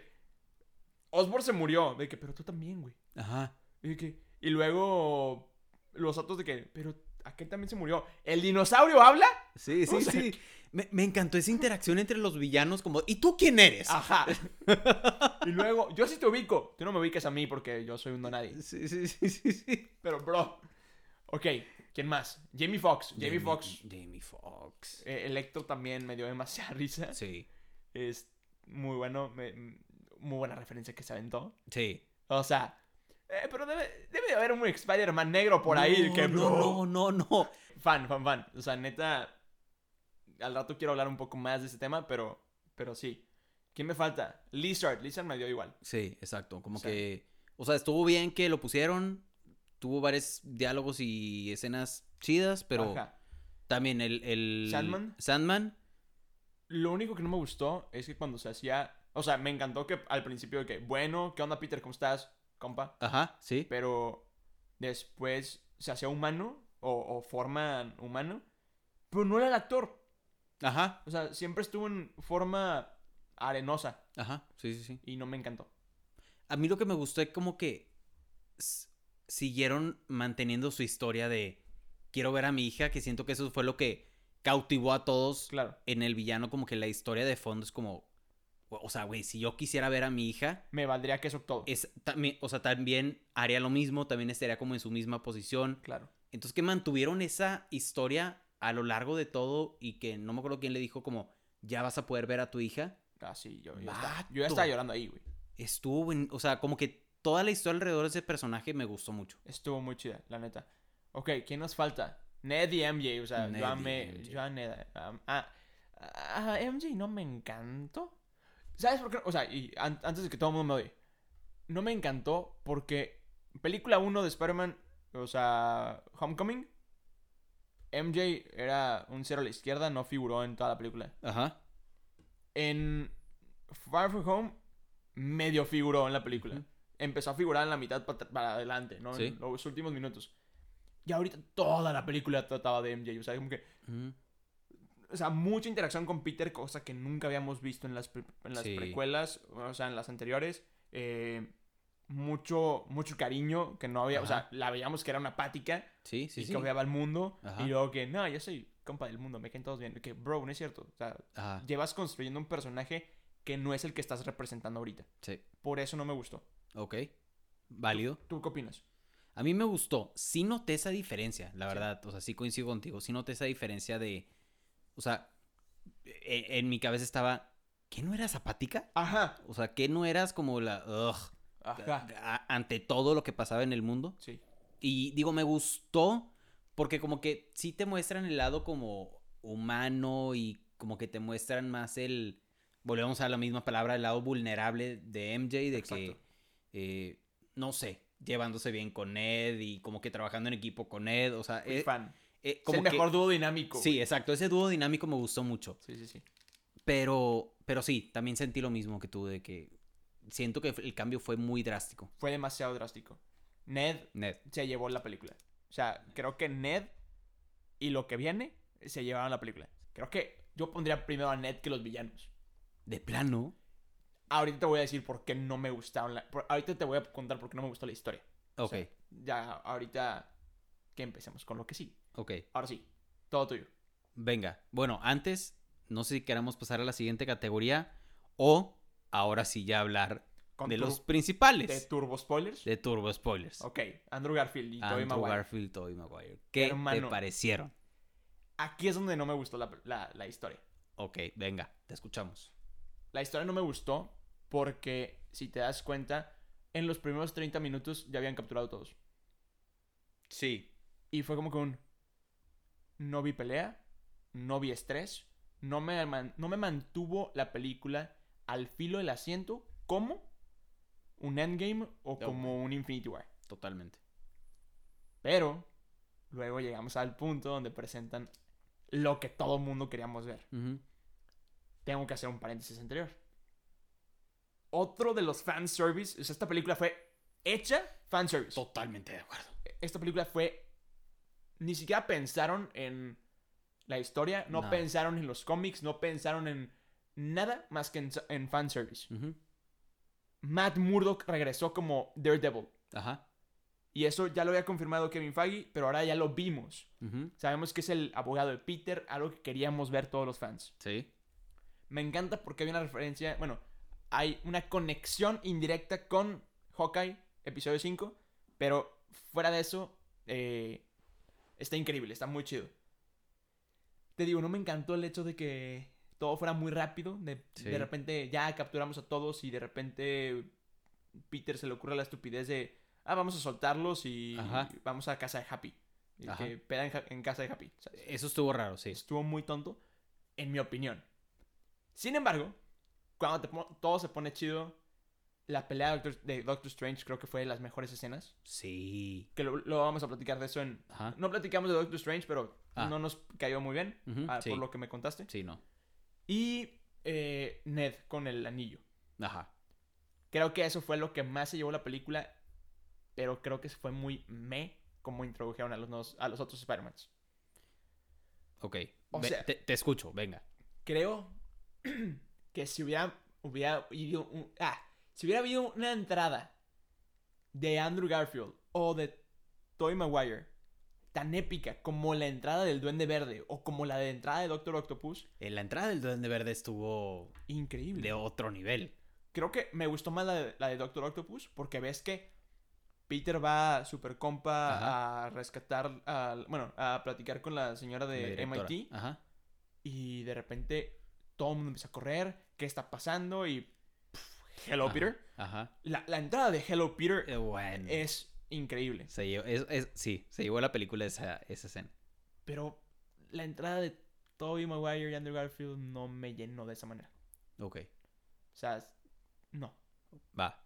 Speaker 1: Osborn se murió, de que, pero tú también, güey.
Speaker 3: Ajá.
Speaker 1: Y, de que- y luego los otros de que, pero aquel también se murió. ¿El dinosaurio habla?
Speaker 3: Sí, sí,
Speaker 1: O sea,
Speaker 3: sí. Me, me encantó esa interacción entre los villanos como, ¿y tú quién eres?
Speaker 1: Ajá. y luego, yo sí te ubico. Tú no me ubicas a mí porque yo soy un no nadie.
Speaker 3: Sí, sí, sí, sí, sí.
Speaker 1: Pero, bro. Ok, ¿quién más? Jamie Foxx. Jamie Foxx.
Speaker 3: Jamie Foxx.
Speaker 1: Eh, Electro también me dio demasiada risa.
Speaker 3: Sí,
Speaker 1: Es muy bueno. me- muy buena referencia que se aventó.
Speaker 3: sí.
Speaker 1: O sea. eh, pero debe, debe de haber un Spider-Man negro por ahí.
Speaker 3: No,
Speaker 1: que,
Speaker 3: no, no, no, no.
Speaker 1: Fan, fan, fan. O sea, neta. Al rato quiero hablar un poco más de ese tema, pero. Pero sí. ¿Quién me falta? Lizard. Lizard me dio igual.
Speaker 3: Sí, exacto. Como
Speaker 1: O sea-
Speaker 3: que. O sea, estuvo bien que lo pusieron. Tuvo varios diálogos y escenas chidas, pero
Speaker 1: Ajá.
Speaker 3: también el, el-
Speaker 1: Sandman.
Speaker 3: Sandman.
Speaker 1: Lo único que no me gustó es que cuando se hacía. O sea, me encantó que al principio de que, bueno, ¿qué onda, Peter? ¿Cómo estás, compa?
Speaker 3: Ajá, sí.
Speaker 1: Pero después se hacía humano o, o forma humano, pero no era el actor.
Speaker 3: Ajá,
Speaker 1: O sea, siempre estuvo en forma arenosa
Speaker 3: ajá. Sí, sí, sí.
Speaker 1: y no me encantó.
Speaker 3: A mí lo que me gustó es como que s- siguieron manteniendo su historia de quiero ver a mi hija, que siento que eso fue lo que cautivó a todos
Speaker 1: Claro.
Speaker 3: en el villano. Como que la historia de fondo es como. O sea, güey, si yo quisiera ver a mi hija,
Speaker 1: Me valdría que eso todo.
Speaker 3: es también, o sea, también haría lo mismo, también estaría como en su misma posición.
Speaker 1: Claro.
Speaker 3: Entonces que mantuvieron esa historia a lo largo de todo y que no me acuerdo quién le dijo como ya vas a poder ver a tu hija.
Speaker 1: Ah, sí, yo, yo, estaba, yo ya
Speaker 3: Vato.
Speaker 1: estaba llorando ahí, güey.
Speaker 3: Estuvo en, o sea, como que toda la historia alrededor de ese personaje me gustó mucho.
Speaker 1: Estuvo muy chida, la neta. Ok, ¿quién nos falta? Ned y MJ, o sea,
Speaker 3: Ned y
Speaker 1: yo amé,
Speaker 3: MJ.
Speaker 1: yo a Ned, am- ah, ah, MJ no me encantó. ¿Sabes por qué? O sea, y an- antes de que todo el mundo me odie. No me encantó porque película 1 de Spider-Man, o sea, Homecoming, MJ era un cero a la izquierda, no figuró en toda la película.
Speaker 3: Ajá.
Speaker 1: En Far From Home, medio figuró en la película.
Speaker 3: Ujú.
Speaker 1: Empezó a figurar en la mitad pa- para adelante, ¿no?
Speaker 3: Sí.
Speaker 1: En los últimos minutos. Y ahorita toda la película trataba de MJ. O sea, como que. O sea, mucha interacción con Peter, cosa que nunca habíamos visto en las, pre- en las
Speaker 3: Sí.
Speaker 1: precuelas, o sea, en las anteriores. Eh, mucho, mucho cariño que no había. O sea,
Speaker 3: Ajá.
Speaker 1: la veíamos que era una pática
Speaker 3: Sí, sí,
Speaker 1: y
Speaker 3: sí.
Speaker 1: que odiaba al mundo.
Speaker 3: Ajá.
Speaker 1: Y luego que, no, yo soy compa del mundo, me caen todos bien. Y Que, bro, no es cierto. O sea,
Speaker 3: Ajá.
Speaker 1: llevas construyendo un personaje que no es el que estás representando ahorita.
Speaker 3: Sí.
Speaker 1: Por eso no me gustó.
Speaker 3: Ok. Válido.
Speaker 1: ¿Tú qué opinas?
Speaker 3: A mí me gustó. Sí noté esa diferencia, la
Speaker 1: Sí.
Speaker 3: verdad. O sea, sí coincido contigo. Sí noté esa diferencia de. O sea, e- en, mi cabeza estaba. ¿Qué no era zapática?
Speaker 1: Ajá.
Speaker 3: O sea, ¿qué no eras como la. ugh,
Speaker 1: Ajá.
Speaker 3: a- ante todo lo que pasaba en el mundo?
Speaker 1: Ah, Sí.
Speaker 3: Y digo, me gustó porque como que sí te muestran el lado como humano y como que te muestran más el, volvemos a la misma palabra, el lado vulnerable de MJ, de que,
Speaker 1: Exacto.
Speaker 3: eh, no sé, llevándose bien con Ed y como que trabajando en equipo con Ed, o sea, eh,
Speaker 1: fan.
Speaker 3: eh,
Speaker 1: Como
Speaker 3: como
Speaker 1: el
Speaker 3: que-
Speaker 1: mejor dúo dinámico.
Speaker 3: Sí, exacto, ese dúo dinámico me gustó mucho.
Speaker 1: güey. Sí, sí, sí.
Speaker 3: Pero, pero sí, también sentí lo mismo que tú, de que siento que el cambio fue muy drástico.
Speaker 1: Fue demasiado drástico. Ned
Speaker 3: Ned.
Speaker 1: se llevó la película. O sea, creo que Ned y lo que viene se llevaron la película. Creo que yo pondría primero a Ned que los villanos.
Speaker 3: De plano.
Speaker 1: Ahorita te voy a decir por qué no me gustaron. la- por- ahorita te voy a contar por qué no me gustó la historia.
Speaker 3: Ok,
Speaker 1: sea, Ya, ahorita que empecemos con lo que sí.
Speaker 3: ok.
Speaker 1: Ahora sí, todo tuyo.
Speaker 3: Venga. Bueno, antes, no sé si queramos pasar a la siguiente categoría o ahora sí ya hablar
Speaker 1: Con
Speaker 3: de
Speaker 1: tu-
Speaker 3: los
Speaker 1: de
Speaker 3: principales
Speaker 1: Turbo Spoilers.
Speaker 3: de Turbo Spoilers.
Speaker 1: Ok, Andrew Garfield y Tobey
Speaker 3: Andrew
Speaker 1: Maguire.
Speaker 3: Garfield, Tobey Maguire. ¿Qué te
Speaker 1: Hermano.
Speaker 3: parecieron?
Speaker 1: Aquí es donde no me gustó la, la- la historia.
Speaker 3: Ok, venga, te escuchamos.
Speaker 1: La historia no me gustó porque, si te das cuenta, en los primeros 30 minutos ya habían capturado todos.
Speaker 3: Sí.
Speaker 1: Y fue como que un... No vi pelea, no vi estrés, no me, man- no me mantuvo la película al filo del asiento como un Endgame o como un Infinity War.
Speaker 3: Totalmente.
Speaker 1: Pero luego llegamos al punto donde presentan lo que todo mundo queríamos ver.
Speaker 3: Ujú.
Speaker 1: Tengo que hacer un paréntesis anterior. Otro de los fanservice, o sea, esta película fue hecha fanservice.
Speaker 3: Totalmente de acuerdo.
Speaker 1: Esta película fue... Ni siquiera pensaron en la historia, no
Speaker 3: Nada.
Speaker 1: pensaron en los cómics, no pensaron en nada más que en, en fanservice.
Speaker 3: Ujú.
Speaker 1: Matt Murdock regresó como Daredevil.
Speaker 3: Ajá.
Speaker 1: Y eso ya lo había confirmado Kevin Feige, pero ahora ya lo vimos.
Speaker 3: Ujú.
Speaker 1: Sabemos que es el abogado de Peter, algo que queríamos ver todos los fans.
Speaker 3: Sí.
Speaker 1: Me encanta porque hay una referencia, bueno, hay una conexión indirecta con Hawkeye, episodio 5, pero fuera de eso, eh, está increíble, está muy chido. Te digo, no me encantó el hecho de que todo fuera muy rápido, de,
Speaker 3: Sí.
Speaker 1: de repente ya capturamos a todos y de repente Peter se le ocurre la estupidez de, ah, vamos a soltarlos y
Speaker 3: Ajá.
Speaker 1: vamos a casa de Happy. Y
Speaker 3: Ajá.
Speaker 1: Que peda en, ja- en casa de Happy. ¿sabes?
Speaker 3: Eso estuvo raro, sí.
Speaker 1: estuvo muy tonto, en mi opinión. Sin embargo, cuando te pon- todo se pone chido, la pelea de Doctor, de Doctor Strange creo que fue de las mejores escenas.
Speaker 3: Sí.
Speaker 1: Que lo, lo vamos a platicar de eso en...
Speaker 3: Ajá.
Speaker 1: No platicamos de Doctor Strange, pero
Speaker 3: Ah.
Speaker 1: no nos cayó muy bien,
Speaker 3: Ujú,
Speaker 1: ah,
Speaker 3: sí.
Speaker 1: por lo que me contaste.
Speaker 3: Sí, no.
Speaker 1: Y eh, Ned con el anillo.
Speaker 3: Ajá.
Speaker 1: Creo que eso fue lo que más se llevó la película, pero creo que fue muy me como introdujeron a los, nuevos- a los otros Spider-Mans.
Speaker 3: Ok.
Speaker 1: O
Speaker 3: Ve-
Speaker 1: sea-
Speaker 3: te, te escucho, venga.
Speaker 1: creo que si hubiera, hubiera habido un- ah, si hubiera habido una entrada de Andrew Garfield o de Tobey Maguire tan épica como la entrada del Duende Verde o como la de entrada de Doctor Octopus,
Speaker 3: Eh, La entrada del Duende Verde estuvo
Speaker 1: increíble.
Speaker 3: de otro nivel.
Speaker 1: Creo que me gustó más la de, la de Doctor Octopus porque ves que Peter va a super compa a rescatar, al- bueno, a platicar con la señora
Speaker 3: la
Speaker 1: de
Speaker 3: directora.
Speaker 1: MIT.
Speaker 3: Ajá.
Speaker 1: Y de repente todo el mundo empieza a correr. ¿Qué está pasando? Y. pff, Hello,
Speaker 3: Ajá,
Speaker 1: Peter.
Speaker 3: Ajá.
Speaker 1: La, la entrada de Hello, Peter
Speaker 3: Eh, bueno.
Speaker 1: es increíble.
Speaker 3: Se llevó- es- es- sí, se llevó la película esa, esa escena.
Speaker 1: Pero la entrada de Tobey Maguire y Andrew Garfield no me llenó de esa manera.
Speaker 3: Ok.
Speaker 1: O sea, es- no.
Speaker 3: Va.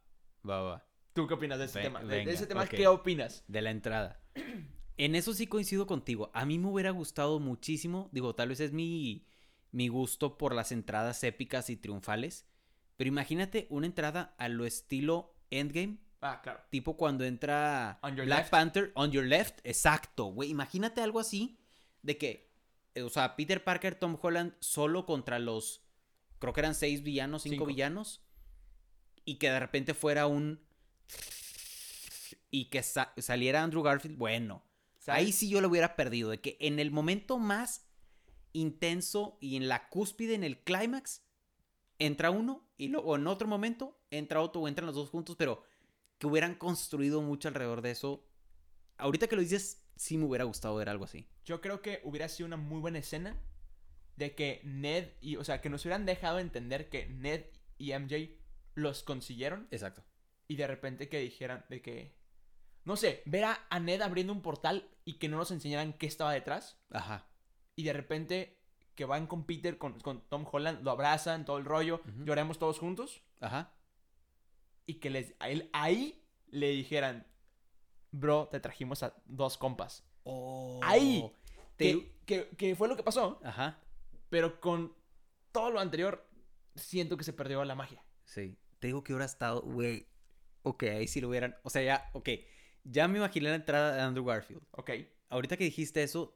Speaker 3: Va, va, va.
Speaker 1: ¿Tú qué opinas de ese
Speaker 3: Ve-
Speaker 1: tema? De- De,
Speaker 3: venga,
Speaker 1: ese tema,
Speaker 3: ok.
Speaker 1: ¿qué opinas?
Speaker 3: De la entrada. En eso sí coincido contigo. A mí me hubiera gustado muchísimo. Digo, tal vez es mi, mi gusto por las entradas épicas y triunfales. Pero imagínate una entrada a lo estilo Endgame.
Speaker 1: Ah, claro.
Speaker 3: Tipo cuando entra
Speaker 1: On your
Speaker 3: Black
Speaker 1: left.
Speaker 3: Panther, On Your Left, exacto, güey. Imagínate algo así de que, eh, o sea, Peter Parker, Tom Holland solo contra los, creo que eran seis villanos, cinco,
Speaker 1: Cinco.
Speaker 3: villanos, y que de repente fuera un... Y que sa- saliera Andrew Garfield, bueno,
Speaker 1: ¿Sabes?
Speaker 3: ahí sí yo lo hubiera perdido, de que en el momento más intenso y en la cúspide, en el clímax, entra uno y luego en otro momento entra otro o entran los dos juntos, pero que hubieran construido mucho alrededor de eso. Ahorita que lo dices, sí me hubiera gustado ver algo así.
Speaker 1: Yo creo que hubiera sido una muy buena escena de que Ned y. O sea, que nos hubieran dejado entender que Ned y MJ los consiguieron
Speaker 3: Exacto.
Speaker 1: Y de repente que dijeran de que... no sé, ver a, a Ned abriendo un portal y que no nos enseñaran qué estaba detrás.
Speaker 3: Ajá.
Speaker 1: Y de repente que van con Peter, con, con Tom Holland, lo abrazan, todo el rollo,
Speaker 3: Ujú.
Speaker 1: lloremos todos juntos.
Speaker 3: Ajá.
Speaker 1: Y que les, a él, ahí le dijeran, bro, te trajimos a dos compas. Ahí.
Speaker 3: Oh. Te-
Speaker 1: Que, que- que fue lo que pasó,
Speaker 3: Ajá.
Speaker 1: pero con todo lo anterior, siento que se perdió la magia.
Speaker 3: Sí. Te digo que hubiera estado, güey. Ok, ahí sí lo hubieran. O sea, ya, ok. Ya me imaginé la entrada de Andrew Garfield.
Speaker 1: Ok.
Speaker 3: Ahorita que dijiste eso,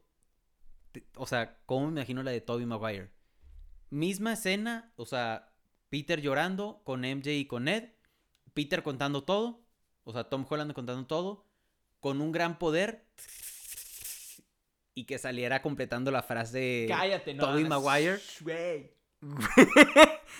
Speaker 3: te- o sea, ¿cómo me imagino la de Tobey Maguire? Misma escena, o sea, Peter llorando con MJ y con Ned, Peter contando todo, o sea, Tom Holland contando todo, con un gran poder y que saliera completando la frase.
Speaker 1: Cállate, no.
Speaker 3: Tobey
Speaker 1: hagas-
Speaker 3: Maguire.
Speaker 1: Güey.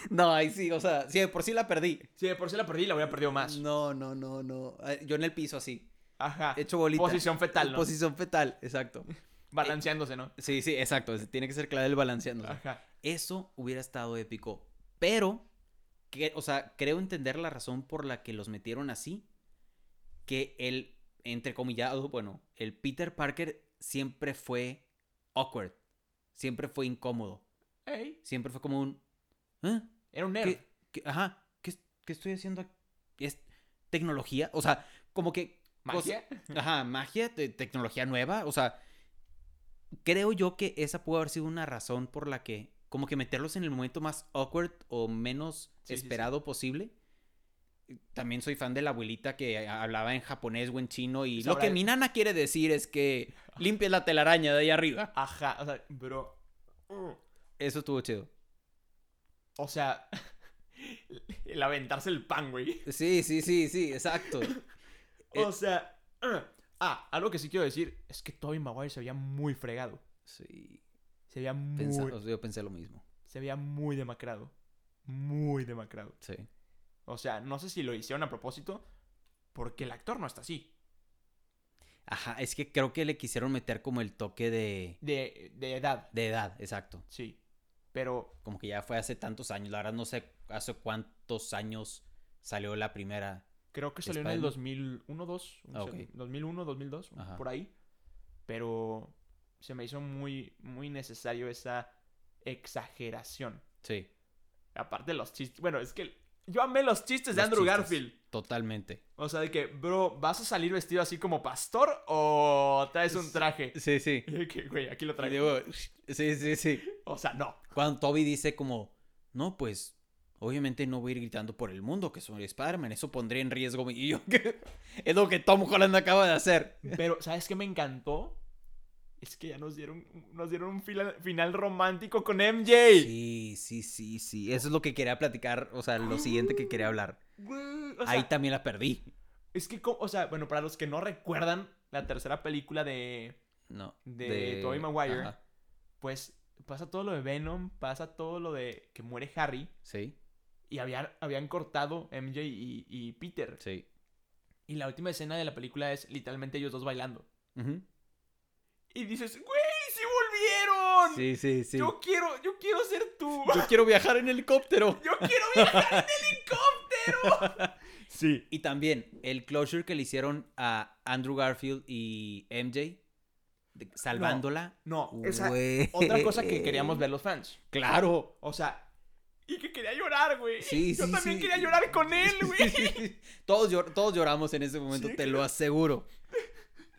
Speaker 3: No, ahí sí, o sea, sí, de por sí la perdí.
Speaker 1: Sí, de por si la perdí, la hubiera perdido más.
Speaker 3: No, no, no, no. Ah, Yo en el piso así,
Speaker 1: Ajá.
Speaker 3: hecho bolita.
Speaker 1: Posición fetal, ¿no?
Speaker 3: Posición fetal, exacto.
Speaker 1: Balanceándose, ¿no?
Speaker 3: Sí, sí, exacto. Tiene que ser clave el balanceando.
Speaker 1: Ajá.
Speaker 3: Eso hubiera estado épico. Pero, que, o sea, creo entender la razón por la que los metieron así. Que el, entre comillado, bueno, el Peter Parker siempre fue awkward. Siempre fue incómodo.
Speaker 1: Ey,
Speaker 3: Siempre fue como un... ¿Ah?
Speaker 1: Era un nerd.
Speaker 3: ¿Qué, qué- ajá, ¿qué, qué estoy haciendo? aquí? ¿Es tecnología? O sea, como que... cos-
Speaker 1: ¿Magia?
Speaker 3: Ajá, magia, te- tecnología nueva. O sea, creo yo que esa pudo haber sido una razón por la que, como que meterlos en el momento más awkward o menos
Speaker 1: Sí, sí, sí.
Speaker 3: esperado posible. También soy fan de la abuelita que a- hablaba en japonés o en chino. Y lo
Speaker 1: Sabrá-
Speaker 3: que mi nana quiere decir es que limpies la telaraña de ahí arriba.
Speaker 1: Ajá. O sea, bro. Mm.
Speaker 3: Eso estuvo chido.
Speaker 1: O sea, el aventarse el pan, güey.
Speaker 3: Sí, sí, sí, sí, exacto.
Speaker 1: O sea, ah, ah, algo que sí quiero decir es que Tobey Maguire se veía muy fregado.
Speaker 3: Sí,
Speaker 1: Se veía muy,
Speaker 3: pensa- yo pensé lo mismo.
Speaker 1: se veía muy demacrado. Muy demacrado.
Speaker 3: Sí.
Speaker 1: O sea, no sé si lo hicieron a propósito porque el actor no está así.
Speaker 3: Ajá, es que creo que le quisieron meter como el toque de,
Speaker 1: De, de edad,
Speaker 3: de edad, exacto.
Speaker 1: sí. Pero,
Speaker 3: como que ya fue hace tantos años. La verdad no sé hace cuántos años salió la primera.
Speaker 1: Creo que salió en el
Speaker 3: Spider-Man.
Speaker 1: 2001, 2,
Speaker 3: Ah, ok.
Speaker 1: 2001, 2002,
Speaker 3: Ajá.
Speaker 1: por ahí. Pero se me hizo muy, muy necesario esa exageración.
Speaker 3: Sí,
Speaker 1: Aparte los chistes. Bueno, es que yo amé los chistes de
Speaker 3: Los
Speaker 1: Andrew
Speaker 3: chistes.
Speaker 1: Garfield.
Speaker 3: totalmente.
Speaker 1: O sea, de que, bro, ¿vas a salir vestido así como pastor o traes un traje?
Speaker 3: Sí, sí.
Speaker 1: Y de que, güey, aquí lo traigo.
Speaker 3: sí, sí, sí.
Speaker 1: O sea, no.
Speaker 3: Cuando Toby dice como, no, pues, obviamente no voy a ir gritando por el mundo que soy Spider-Man. Eso pondría en riesgo mi... y yo, ¿qué? es lo que Tom Holland acaba de hacer.
Speaker 1: Pero, ¿sabes qué me encantó? Es que ya nos dieron, nos dieron un fila- final romántico con MJ.
Speaker 3: Sí, sí, sí, sí. Eso es lo que quería platicar. O sea, lo siguiente que quería hablar.
Speaker 1: Güey, o sea,
Speaker 3: Ahí también la perdí.
Speaker 1: es que, co- o sea, bueno, para los que no recuerdan la tercera película de,
Speaker 3: No.
Speaker 1: de Tobey Maguire,
Speaker 3: Ajá,
Speaker 1: pues pasa todo lo de Venom, pasa todo lo de que muere Harry.
Speaker 3: Sí,
Speaker 1: Y habían, habían cortado MJ y, y Peter.
Speaker 3: sí.
Speaker 1: Y la última escena de la película es literalmente ellos dos bailando.
Speaker 3: Ujú.
Speaker 1: Y dices, güey, sí volvieron.
Speaker 3: Sí, sí, sí.
Speaker 1: Yo quiero, yo quiero ser tú.
Speaker 3: Yo quiero viajar en helicóptero.
Speaker 1: Yo quiero viajar en helicóptero. Sí.
Speaker 3: Y también el closure que le hicieron a Andrew Garfield y MJ, de- salvándola.
Speaker 1: No, esa
Speaker 3: Güey.
Speaker 1: otra cosa que queríamos ver los fans.
Speaker 3: Claro.
Speaker 1: O sea, y que quería llorar, güey.
Speaker 3: Sí,
Speaker 1: yo
Speaker 3: sí,
Speaker 1: también
Speaker 3: sí.
Speaker 1: quería llorar con él, güey.
Speaker 3: Todos, llor- todos lloramos en ese momento,
Speaker 1: Sí,
Speaker 3: te lo aseguro.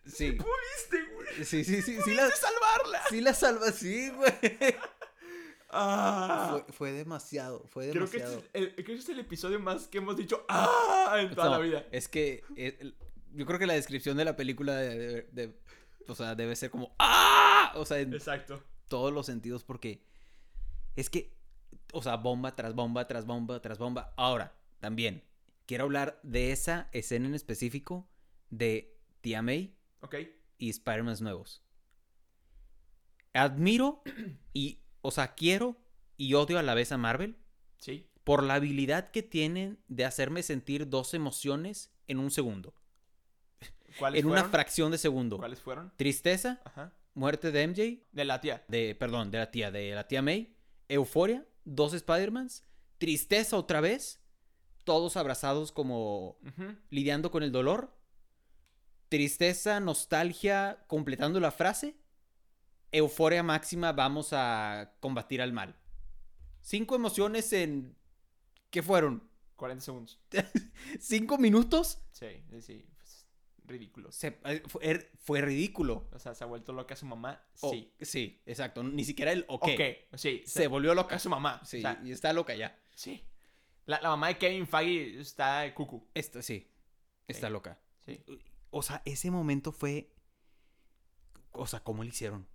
Speaker 3: Sí.
Speaker 1: Pudiste, este, güey.
Speaker 3: Sí, sí, sí. Sí la,
Speaker 1: Pudiste salvarla.
Speaker 3: sí la salva, sí, güey.
Speaker 1: Ah.
Speaker 3: Fue, fue demasiado, fue
Speaker 1: Creo que,
Speaker 3: demasiado.
Speaker 1: este es el, creo que este es el episodio más que hemos dicho ¡Ah! en toda
Speaker 3: No,
Speaker 1: la vida.
Speaker 3: Es que eh, el- yo creo que la descripción de la película de- de- de- o sea, debe ser como ¡Ah! O sea, en
Speaker 1: Exacto.
Speaker 3: todos los sentidos porque es que, o sea, bomba tras bomba, tras bomba, tras bomba. Ahora, también, quiero hablar de esa escena en específico de Tia May
Speaker 1: Ok.
Speaker 3: y Spider-Man nuevos. Admiro y, o sea, quiero y odio a la vez a Marvel
Speaker 1: Sí.
Speaker 3: por la habilidad que tienen de hacerme sentir dos emociones en un segundo,
Speaker 1: ¿Cuáles
Speaker 3: en
Speaker 1: fueron?
Speaker 3: una fracción de segundo.
Speaker 1: ¿Cuáles fueron?
Speaker 3: Tristeza,
Speaker 1: Ajá.
Speaker 3: muerte de MJ
Speaker 1: De la tía.
Speaker 3: de, perdón, de la tía, de la tía May, euforia, dos Spider-Mans, tristeza otra vez, todos abrazados como
Speaker 1: Ujú.
Speaker 3: lidiando con el dolor, tristeza, nostalgia, completando la frase, euforia máxima, vamos a combatir al mal. Cinco emociones en... ¿Qué fueron?
Speaker 1: 40 segundos.
Speaker 3: ¿Cinco minutos?
Speaker 1: Sí, sí. pues, ridículo.
Speaker 3: Se- eh, fue, er- fue ridículo.
Speaker 1: O sea, se ha vuelto loca su mamá.
Speaker 3: O-
Speaker 1: Sí.
Speaker 3: Sí, exacto. Ni siquiera el Oh, ok.
Speaker 1: Ok, sí.
Speaker 3: Se volvió
Speaker 1: loca
Speaker 3: loca.
Speaker 1: su mamá.
Speaker 3: Sí,
Speaker 1: O sea,
Speaker 3: y está loca ya.
Speaker 1: sí. La, la mamá de Kevin Feige está cucu.
Speaker 3: Esta, sí, está
Speaker 1: Sí.
Speaker 3: loca.
Speaker 1: Sí.
Speaker 3: O sea, ese momento fue... O sea, ¿cómo le hicieron?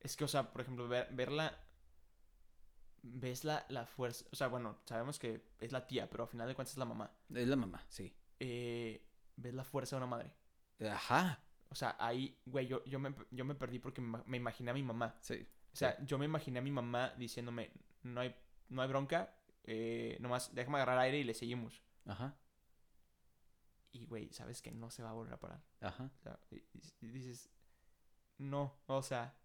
Speaker 1: Es que, o sea, por ejemplo, ver- verla. Ves la, la fuerza. O sea, bueno, sabemos que es la tía, pero al final de cuentas es la mamá.
Speaker 3: Es la mamá, sí.
Speaker 1: Eh, ves la fuerza de una madre.
Speaker 3: Ajá.
Speaker 1: O sea, ahí, güey, yo, yo, me, yo me perdí porque me, me imaginé a mi mamá.
Speaker 3: Sí.
Speaker 1: O sea, yo me imaginé a mi mamá diciéndome: No hay, no hay bronca, eh, nomás déjame agarrar aire y le seguimos.
Speaker 3: Ajá.
Speaker 1: Y, güey, sabes que no se va a volver a parar.
Speaker 3: Ajá.
Speaker 1: O sea, y- y- y dices: No, o sea,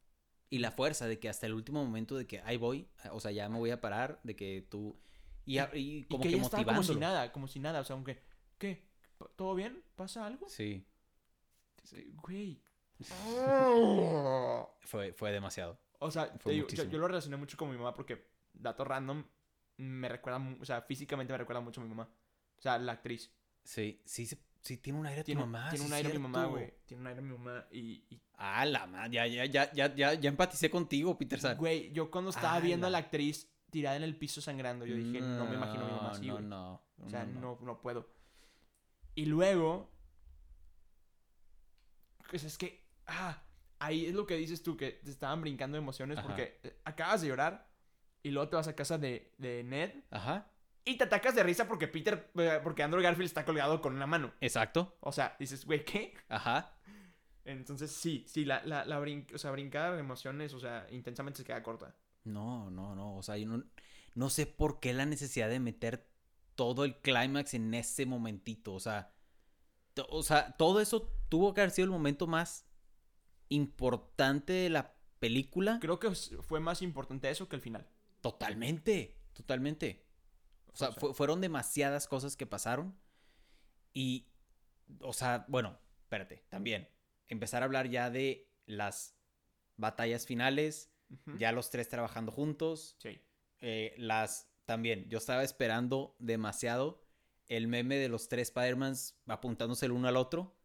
Speaker 3: Y la fuerza de que hasta el último momento de que ahí voy, o sea, ya me voy a parar, de que tú... Y, a- y
Speaker 1: Y
Speaker 3: como
Speaker 1: que,
Speaker 3: que,
Speaker 1: ella estaba como si
Speaker 3: motivándolo.
Speaker 1: nada, como si nada. O sea, aunque, ¿qué? ¿Pa- ¿Todo bien? ¿Pasa algo?
Speaker 3: Sí,
Speaker 1: Güey.
Speaker 3: fue, fue demasiado.
Speaker 1: o sea, te
Speaker 3: Fue
Speaker 1: digo, yo,
Speaker 3: muchísimo.
Speaker 1: yo lo relacioné mucho con mi mamá porque, dato random, me recuerda, mu- o sea, físicamente me recuerda mucho a mi mamá. O sea, la actriz.
Speaker 3: Sí, sí, se- sí tiene un aire a tu
Speaker 1: Tiene,
Speaker 3: mamá.
Speaker 1: tiene
Speaker 3: sí
Speaker 1: un
Speaker 3: es
Speaker 1: aire a mi mamá,
Speaker 3: cierto.
Speaker 1: güey. Tiene un aire a mi mamá. Y, y-
Speaker 3: Ah, la madre, ya, ya, ya, ya, ya, ya empaticé contigo, Peter San.
Speaker 1: güey, yo cuando estaba
Speaker 3: Ah,
Speaker 1: viendo a
Speaker 3: la-
Speaker 1: la actriz tirada en el piso sangrando, yo dije, no, me imagino a mi mamá así,
Speaker 3: No,
Speaker 1: güey.
Speaker 3: no,
Speaker 1: O sea, no, no puedo. Y luego. Pues es que. Ah, ahí es lo que dices tú, que te estaban brincando de emociones
Speaker 3: Ajá.
Speaker 1: porque eh, acabas de llorar y luego te vas a casa de, de Ned
Speaker 3: Ajá,
Speaker 1: y te atacas de risa porque Peter. eh, Porque Andrew Garfield está colgado con una mano.
Speaker 3: exacto,
Speaker 1: O sea, dices, güey, ¿qué?
Speaker 3: ajá.
Speaker 1: Entonces sí, sí, la, la, la brin- o sea, brincada de emociones, o sea, intensamente se queda corta.
Speaker 3: No, no, no, o sea, yo no, no sé por qué la necesidad de meter todo el clímax en ese momentito, o sea, to- o sea, todo eso tuvo que haber sido el momento más importante de la película.
Speaker 1: Creo que s- fue más importante eso que el final.
Speaker 3: Totalmente, totalmente. O sea, fue- fueron demasiadas cosas que pasaron. Y, o sea, bueno, espérate, también. Empezar a hablar ya de las batallas finales,
Speaker 1: Ujú.
Speaker 3: ya los tres trabajando juntos.
Speaker 1: Sí.
Speaker 3: eh, las, también, yo estaba esperando demasiado el meme de los tres Spider-Mans apuntándose el uno al otro.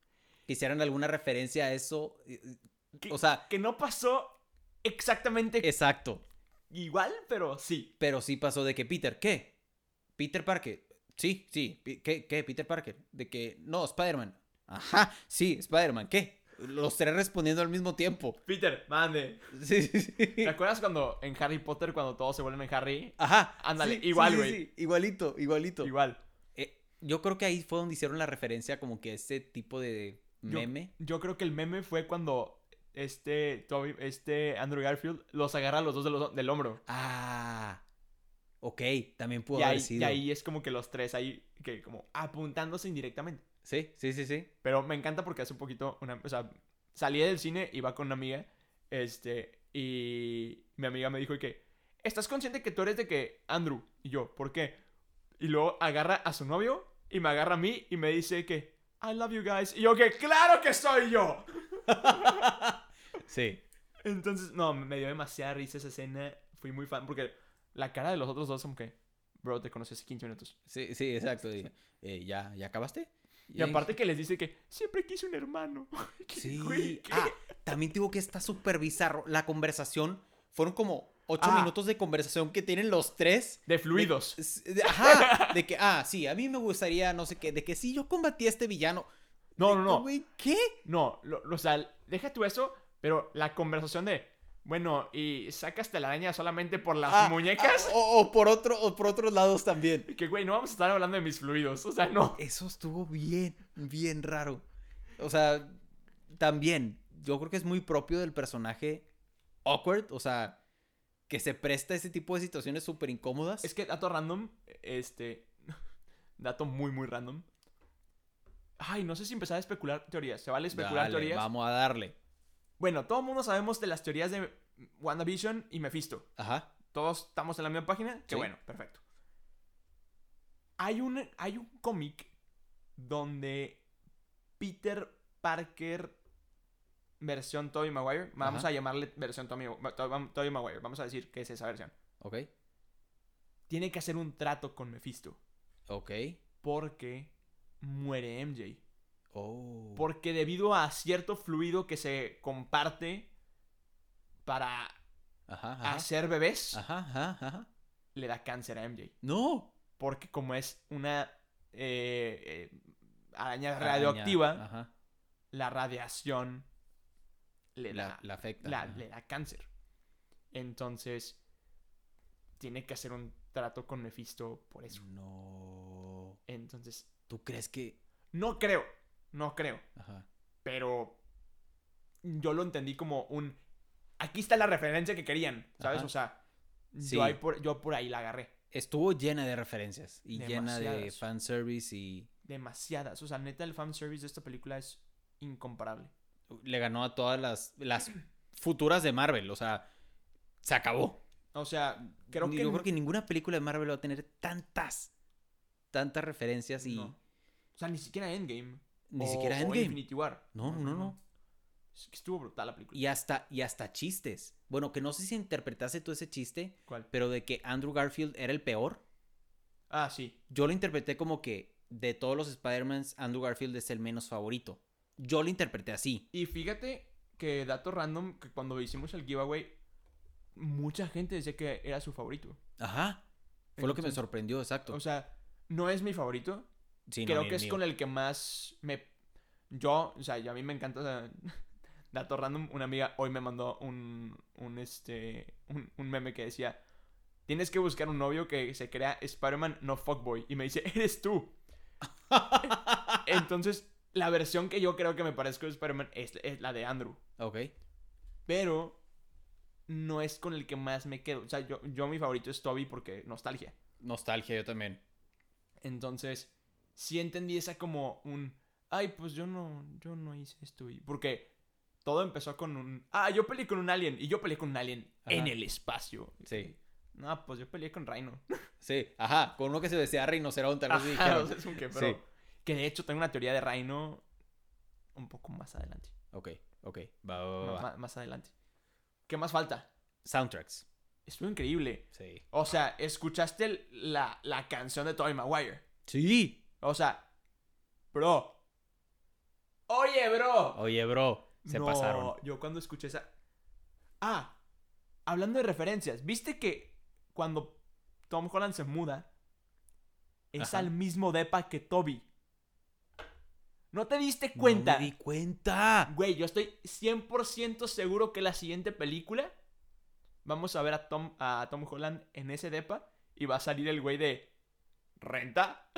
Speaker 3: Quisieran alguna referencia a eso. eh, eh,
Speaker 1: ¿Qué-
Speaker 3: O sea,
Speaker 1: que no pasó exactamente
Speaker 3: exacto.
Speaker 1: Igual, pero sí.
Speaker 3: Pero sí pasó de que Peter, ¿qué? Peter Parker. Sí, sí. Pi- ¿Qué? ¿Qué? Peter Parker. De que, no, Spider-Man. Ajá, sí, Spider-Man, ¿qué? Los tres respondiendo al mismo tiempo.
Speaker 1: Peter, mande.
Speaker 3: Sí, sí, sí.
Speaker 1: ¿Te acuerdas cuando en Harry Potter, cuando todos se vuelven en Harry?
Speaker 3: Ajá.
Speaker 1: Ándale, igual, güey.
Speaker 3: Igualito, igualito.
Speaker 1: Igual.
Speaker 3: Eh, yo creo que ahí fue donde hicieron la referencia como que ese tipo de
Speaker 1: Yo-
Speaker 3: meme.
Speaker 1: Yo creo que el meme fue cuando este, Toby, este Andrew Garfield los agarra a los dos de los- del hombro.
Speaker 3: Ah. Ok, también pudo
Speaker 1: Y
Speaker 3: haber
Speaker 1: ahí, y
Speaker 3: sido.
Speaker 1: ahí es como que los tres ahí, que como apuntándose indirectamente.
Speaker 3: Sí, sí, sí, sí.
Speaker 1: Pero me encanta porque hace un poquito, una, o sea, salí del cine, iba con una amiga, este, y mi amiga me dijo que, ¿estás consciente que tú eres de que Andrew? Y yo, ¿por qué? Y luego agarra a su novio y me agarra a mí y me dice que, I love you guys. Y yo que, claro que soy yo.
Speaker 3: Sí.
Speaker 1: Entonces, no, me dio demasiada risa esa escena, fui muy fan, porque la cara de los otros dos como que, bro, te conocí hace 15 minutos.
Speaker 3: Sí, sí, exacto. y, eh, ¿ya, ¿Ya acabaste?
Speaker 1: Y aparte que les dice que, siempre quise un hermano.
Speaker 3: Sí.
Speaker 1: Güey, ¿qué?
Speaker 3: Ah, también digo que está súper bizarro. La conversación fueron como ocho
Speaker 1: Ah.
Speaker 3: minutos de conversación que tienen los tres.
Speaker 1: De fluidos.
Speaker 3: S- de- Ajá, de que, ah, sí, a mí me gustaría, no sé qué, de que sí, yo combatí a este villano.
Speaker 1: No,
Speaker 3: De
Speaker 1: no,
Speaker 3: que,
Speaker 1: no.
Speaker 3: güey, ¿Qué?
Speaker 1: No, lo, lo- o sea, deja tú eso, pero la conversación de, bueno, ¿y sacas telaraña solamente por las
Speaker 3: Ah,
Speaker 1: muñecas?
Speaker 3: ah, o, o por otro, o por otros lados también.
Speaker 1: Que, güey, no vamos a estar hablando de mis fluidos, o sea, no.
Speaker 3: Eso estuvo bien, bien raro. O sea, también, yo creo que es muy propio del personaje awkward, o sea, que se presta a ese tipo de situaciones súper incómodas.
Speaker 1: Es que dato random, este, dato muy, muy random. Ay, no sé si empezar a especular teorías, ¿se vale especular
Speaker 3: Dale,
Speaker 1: teorías?
Speaker 3: Vamos a darle.
Speaker 1: Bueno, todo el mundo sabemos de las teorías de WandaVision y Mephisto.
Speaker 3: Ajá.
Speaker 1: Todos estamos en la misma página,
Speaker 3: Sí.
Speaker 1: que bueno, perfecto. Hay un, hay un cómic donde Peter Parker versión Tobey Maguire. Vamos
Speaker 3: Ajá.
Speaker 1: a llamarle versión Tommy, To- Tobey Maguire. Vamos a decir que es esa versión.
Speaker 3: Ok.
Speaker 1: Tiene que hacer un trato con Mephisto.
Speaker 3: Ok.
Speaker 1: Porque muere MJ.
Speaker 3: Oh.
Speaker 1: Porque debido a cierto fluido que se comparte para
Speaker 3: Ajá, ajá. Ah.
Speaker 1: hacer bebés,
Speaker 3: Ajá, ajá, ajá.
Speaker 1: le da cáncer a MJ.
Speaker 3: No.
Speaker 1: Porque como es una eh, eh, araña radioactiva,
Speaker 3: Araña, Ajá.
Speaker 1: la radiación le
Speaker 3: La,
Speaker 1: da,
Speaker 3: la afecta.
Speaker 1: la-
Speaker 3: ajá.
Speaker 1: le da cáncer. Entonces, tiene que hacer un trato con Mephisto por
Speaker 3: Mm.
Speaker 1: eso.
Speaker 3: No.
Speaker 1: Entonces,
Speaker 3: ¿Tú crees que.?
Speaker 1: no creo, no creo,
Speaker 3: Ajá.
Speaker 1: pero yo lo entendí como un... Aquí está la referencia que querían, ¿sabes?
Speaker 3: Ajá.
Speaker 1: O sea,
Speaker 3: Sí.
Speaker 1: yo, ahí por, yo por ahí la agarré.
Speaker 3: Estuvo llena de referencias y llena de
Speaker 1: Demasiadas.
Speaker 3: fanservice y.
Speaker 1: Demasiadas. O sea, neta, el fanservice de esta película es incomparable.
Speaker 3: Le ganó a todas las, las futuras de Marvel. O sea, se acabó.
Speaker 1: O sea, creo
Speaker 3: Ni-
Speaker 1: que...
Speaker 3: Yo creo que ninguna película de Marvel va a tener tantas, tantas referencias y.
Speaker 1: no. O sea, ni siquiera Endgame.
Speaker 3: Ni
Speaker 1: o-
Speaker 3: siquiera
Speaker 1: o
Speaker 3: Endgame.
Speaker 1: Infinity War.
Speaker 3: No, no, no.
Speaker 1: Es que estuvo brutal la película.
Speaker 3: Y hasta, y hasta chistes. Bueno, que no sé si interpretaste tú ese chiste,
Speaker 1: ¿Cuál?
Speaker 3: pero de que Andrew Garfield era el peor.
Speaker 1: Ah, sí.
Speaker 3: Yo lo interpreté como que de todos los Spider-Mans, Andrew Garfield es el menos favorito. Yo lo interpreté así.
Speaker 1: Y fíjate que dato random, que cuando hicimos el giveaway, mucha gente decía que era su favorito.
Speaker 3: Ajá. Fue lo que me
Speaker 1: Entonces,
Speaker 3: sorprendió, exacto.
Speaker 1: O sea, no es mi favorito.
Speaker 3: Sí, no,
Speaker 1: creo
Speaker 3: ni-
Speaker 1: que es
Speaker 3: ni-
Speaker 1: con el que más me... Yo, o sea, y a mí me encanta... o sea, dato random, una amiga hoy me mandó un, un, este, un, un meme que decía... Tienes que buscar un novio que se crea Spider-Man, no fuckboy. Y me dice, eres tú. Entonces, la versión que yo creo que me parezco de Spider-Man es, es la de Andrew.
Speaker 3: Ok.
Speaker 1: Pero no es con el que más me quedo. O sea, yo, yo mi favorito es Toby porque nostalgia.
Speaker 3: Nostalgia, yo también.
Speaker 1: Entonces, sí entendí esa como un, ay, pues yo no, yo no hice esto. y-". Porque todo empezó con un, ah, yo peleé con un alien y yo peleé con un alien
Speaker 3: Ajá.
Speaker 1: en el espacio.
Speaker 3: Sí.
Speaker 1: No, pues yo peleé con Rhino.
Speaker 3: Sí, ajá. Con uno que se decía rinoceronte, algo así.
Speaker 1: Ajá,
Speaker 3: dijeron.
Speaker 1: o sea, es como que,
Speaker 3: Sí.
Speaker 1: pero- Que de hecho tengo una teoría de Rhino un poco más adelante.
Speaker 3: Ok, ok. Va, va, va,
Speaker 1: No,
Speaker 3: va.
Speaker 1: ma- más adelante. ¿Qué más falta?
Speaker 3: Soundtracks.
Speaker 1: Estuvo increíble.
Speaker 3: Sí.
Speaker 1: O sea, escuchaste el- la, la canción de Tobey Maguire.
Speaker 3: Sí.
Speaker 1: O sea, bro. Oye, bro.
Speaker 3: Oye, bro, se
Speaker 1: No,
Speaker 3: pasaron.
Speaker 1: Yo cuando escuché esa. Ah, hablando de referencias, ¿viste que cuando Tom Holland se muda, es
Speaker 3: Ajá.
Speaker 1: al mismo depa que Toby? ¿No te diste
Speaker 3: No
Speaker 1: cuenta?
Speaker 3: me di cuenta.
Speaker 1: Güey, yo estoy 100% seguro que la siguiente película vamos a ver a Tom, a Tom Holland en ese depa y va a salir el güey de renta.